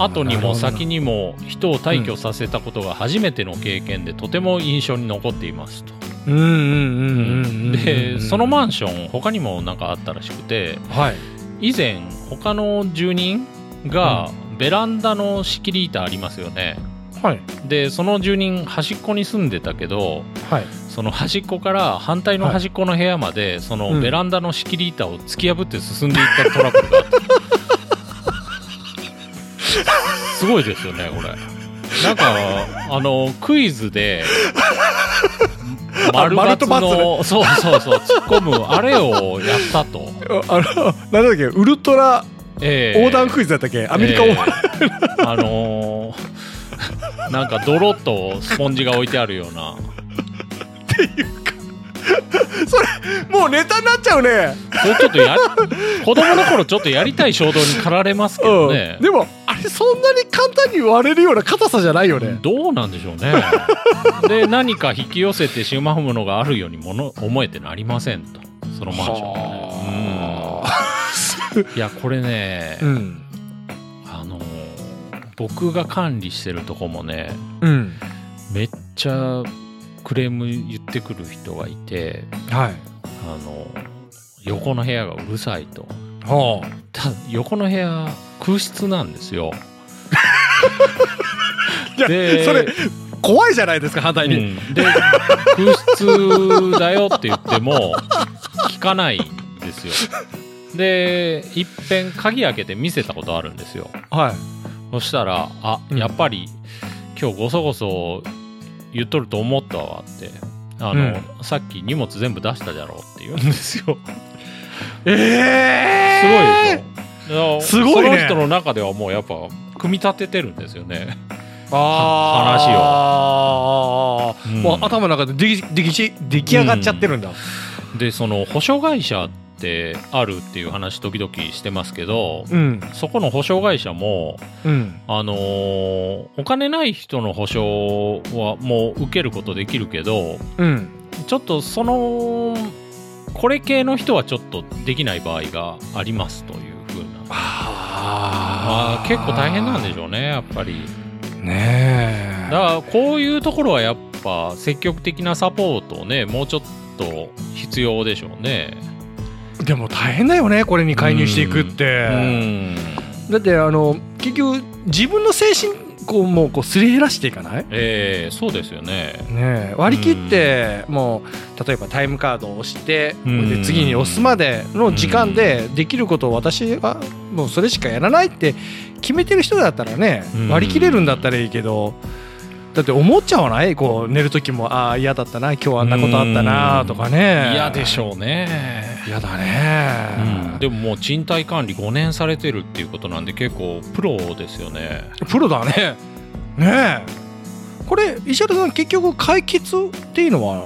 [SPEAKER 2] あ
[SPEAKER 3] 後にも先にも人を退去させたことが初めての経験でとても印象に残っていますと、
[SPEAKER 2] うんうんうんうん
[SPEAKER 3] でそのマン
[SPEAKER 2] シ
[SPEAKER 3] ション他にもなんかあったらしくて
[SPEAKER 2] ョンはい
[SPEAKER 3] 以前他の住人がベランダの仕切り板ありますよね
[SPEAKER 2] はい
[SPEAKER 3] でその住人端っこに住んでたけど
[SPEAKER 2] はい
[SPEAKER 3] その端っこから反対の端っこの部屋まで、そ
[SPEAKER 2] うん
[SPEAKER 3] のベランダの仕切り板を突き破って進んでいったトラブルがあった、 すごいですよねこれなんかあのクイズで
[SPEAKER 2] あ
[SPEAKER 3] 丸
[SPEAKER 2] 丸と
[SPEAKER 3] ×
[SPEAKER 2] ×
[SPEAKER 3] のそうそうそう突っ込むあれをやったと、
[SPEAKER 2] あのなんだっけウルトラ
[SPEAKER 3] ええ
[SPEAKER 2] 横断クイズだったっけアメリカ横断
[SPEAKER 3] ええあのーなんか泥とスポンジが置いてあるような
[SPEAKER 2] もうネタになっちゃうね
[SPEAKER 3] それちょっ とや子供の頃ちょっとやりたい衝動に駆られますけどね
[SPEAKER 2] うん、でもあれそんなに簡単に割れるような硬さじゃないよね
[SPEAKER 3] どうなんでしょうねで何か引き寄せてしまうものがあるようにもの思えてなりませんとそのマンションはねうんいやこれね、
[SPEAKER 2] うん
[SPEAKER 3] あの僕が管理してるとこもね
[SPEAKER 2] うん
[SPEAKER 3] めっちゃクレーム言ってくる人がいて
[SPEAKER 2] はい
[SPEAKER 3] あの横の部屋がうるさいと
[SPEAKER 2] は
[SPEAKER 3] ただ横の部屋空室なんですよ
[SPEAKER 2] いやそれあ怖いじゃないですか反対に、
[SPEAKER 3] うん、で空室だよって言っても聞かないんですよでいっぺん鍵開けて見せたことあるんですよ
[SPEAKER 2] はい
[SPEAKER 3] そしたら「あ
[SPEAKER 2] うん
[SPEAKER 3] やっぱり今日ごそごそ言っとると思ったわ」ってあの、さっき荷物全部出したじゃろうって言うんですよ
[SPEAKER 2] え え
[SPEAKER 3] すごいでしょ
[SPEAKER 2] すごいね
[SPEAKER 3] その人の中ではもうやっぱ組み立ててるんですよね、
[SPEAKER 2] すごいあ
[SPEAKER 3] 話を
[SPEAKER 2] ああ
[SPEAKER 3] うん
[SPEAKER 2] もう頭の中でできできち出来上がっちゃってるんだ、
[SPEAKER 3] でその保証会社ってあるっていう話時々してますけど
[SPEAKER 2] うん
[SPEAKER 3] そこの保証会社も、
[SPEAKER 2] うん
[SPEAKER 3] あのーお金ない人の保証はもう受けることできるけど
[SPEAKER 2] うん
[SPEAKER 3] ちょっとそのこれ系の人はちょっとできない場合がありますというふうなま
[SPEAKER 2] あ
[SPEAKER 3] あ、結構大変なんでし
[SPEAKER 2] ょ
[SPEAKER 3] ょうねやっぱり
[SPEAKER 2] ねえ
[SPEAKER 3] だからこういうところはやっぱ積極的なサポートをねもうちょっと必要でしょうね
[SPEAKER 2] でも大変だよねこれに介入していくって、
[SPEAKER 3] うん
[SPEAKER 2] だってあの結局自分の精神こうもうこうすり減らしていかない
[SPEAKER 3] ええそうですよね
[SPEAKER 2] ねえ割り切ってもう例えばタイムカードを押して
[SPEAKER 3] うん
[SPEAKER 2] で次に押すまでの時間でできることを私はもうそれしかやらないって決めてる人だったらね
[SPEAKER 3] うん
[SPEAKER 2] 割り切れるんだったらいいけどだって思っちゃわないこう寝る時もああ嫌だったな今日あんなことあったなとかね
[SPEAKER 3] 嫌でしょうね、
[SPEAKER 2] 嫌だ
[SPEAKER 3] うん、
[SPEAKER 2] ね、
[SPEAKER 3] でももう賃貸管理5年されてるっていうことなんで結構プロですよね
[SPEAKER 2] プロだねねえこれ石原さん結局解決っていうのは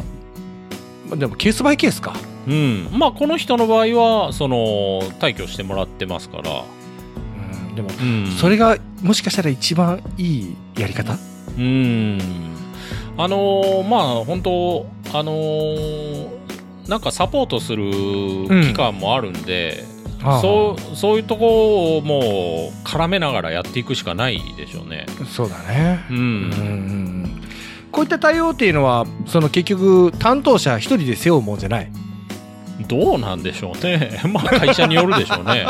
[SPEAKER 2] まあでもケースバイケースか
[SPEAKER 3] うんまあこの人の場合はその退去してもらってますから
[SPEAKER 2] でも、
[SPEAKER 3] うん、
[SPEAKER 2] それがもしかしたら一番いいやり方
[SPEAKER 3] うんあのーまあ本当あのーなんかサポートする機関もあるんで、そうそういうとこをもう絡めながらやっていくしかないでしょうね。
[SPEAKER 2] うそうだね
[SPEAKER 3] う
[SPEAKER 2] うんんうんうんこういった対応っていうのはその結局担当者一人で背負うもんじゃない
[SPEAKER 3] どうなんでしょうね。 まあ会社によるでしょうね。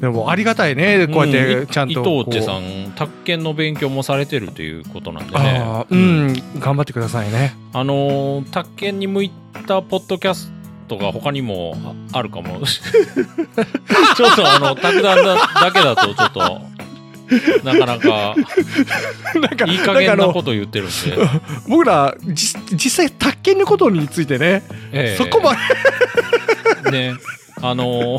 [SPEAKER 2] でもありがたいねこうやってちゃんと
[SPEAKER 3] うんい
[SPEAKER 2] こう、
[SPEAKER 3] 伊藤ってさん宅建の勉強もされてるということなんでね。
[SPEAKER 2] あーうん、頑張ってくださいね
[SPEAKER 3] あのー宅建に向いたポッドキャストが他にもああるかも ちょっとあの宅談だだけだとちょっとなかなか
[SPEAKER 2] なんか
[SPEAKER 3] いい加減
[SPEAKER 2] んかあ
[SPEAKER 3] な
[SPEAKER 2] の
[SPEAKER 3] こと言ってるんで、
[SPEAKER 2] 僕らじ実際宅建のことについてね、
[SPEAKER 3] え え
[SPEAKER 2] そこまで
[SPEAKER 3] ねあのー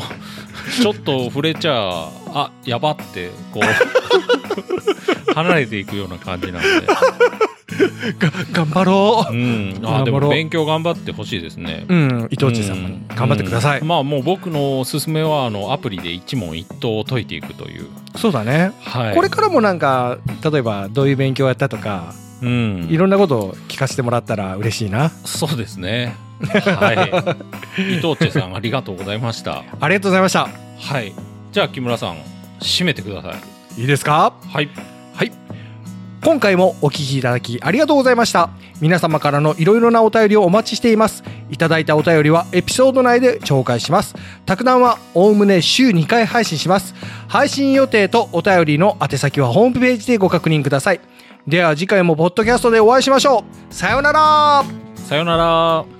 [SPEAKER 3] ちょっと触れちゃあやばってこう離れていくよう な感じなんで、
[SPEAKER 2] が頑張ろ
[SPEAKER 3] うん、あで
[SPEAKER 2] 頑張ろ
[SPEAKER 3] も
[SPEAKER 2] う
[SPEAKER 3] 勉強頑張ってほしいですね
[SPEAKER 2] う、うん、伊藤知さんも
[SPEAKER 3] う
[SPEAKER 2] 頑張ってください、
[SPEAKER 3] うんまあもう僕のおすすめはあのアプリで一問一答を解いていくという、
[SPEAKER 2] そうだね、
[SPEAKER 3] はい、
[SPEAKER 2] これからもなんか例えばどういう勉強をやったとか、
[SPEAKER 3] うん
[SPEAKER 2] いろんなことを聞かせてもらったら嬉しいな
[SPEAKER 3] そうです ねはい伊藤チさんありがとうございました
[SPEAKER 2] ありがとうございました
[SPEAKER 3] はいじゃあ木村さん締めてください
[SPEAKER 2] いいですか
[SPEAKER 3] はい
[SPEAKER 2] はい今回もお聞きいただきありがとうございました皆様からのいろいろなお便りをお待ちしていますいただいたお便りはエピソード内で紹介します卓談はおおむね週2回配信します配信予定とお便りの宛先はホームページでご確認くださいでは次回もポッドキャストでお会いしましょうさようなら
[SPEAKER 3] さよなら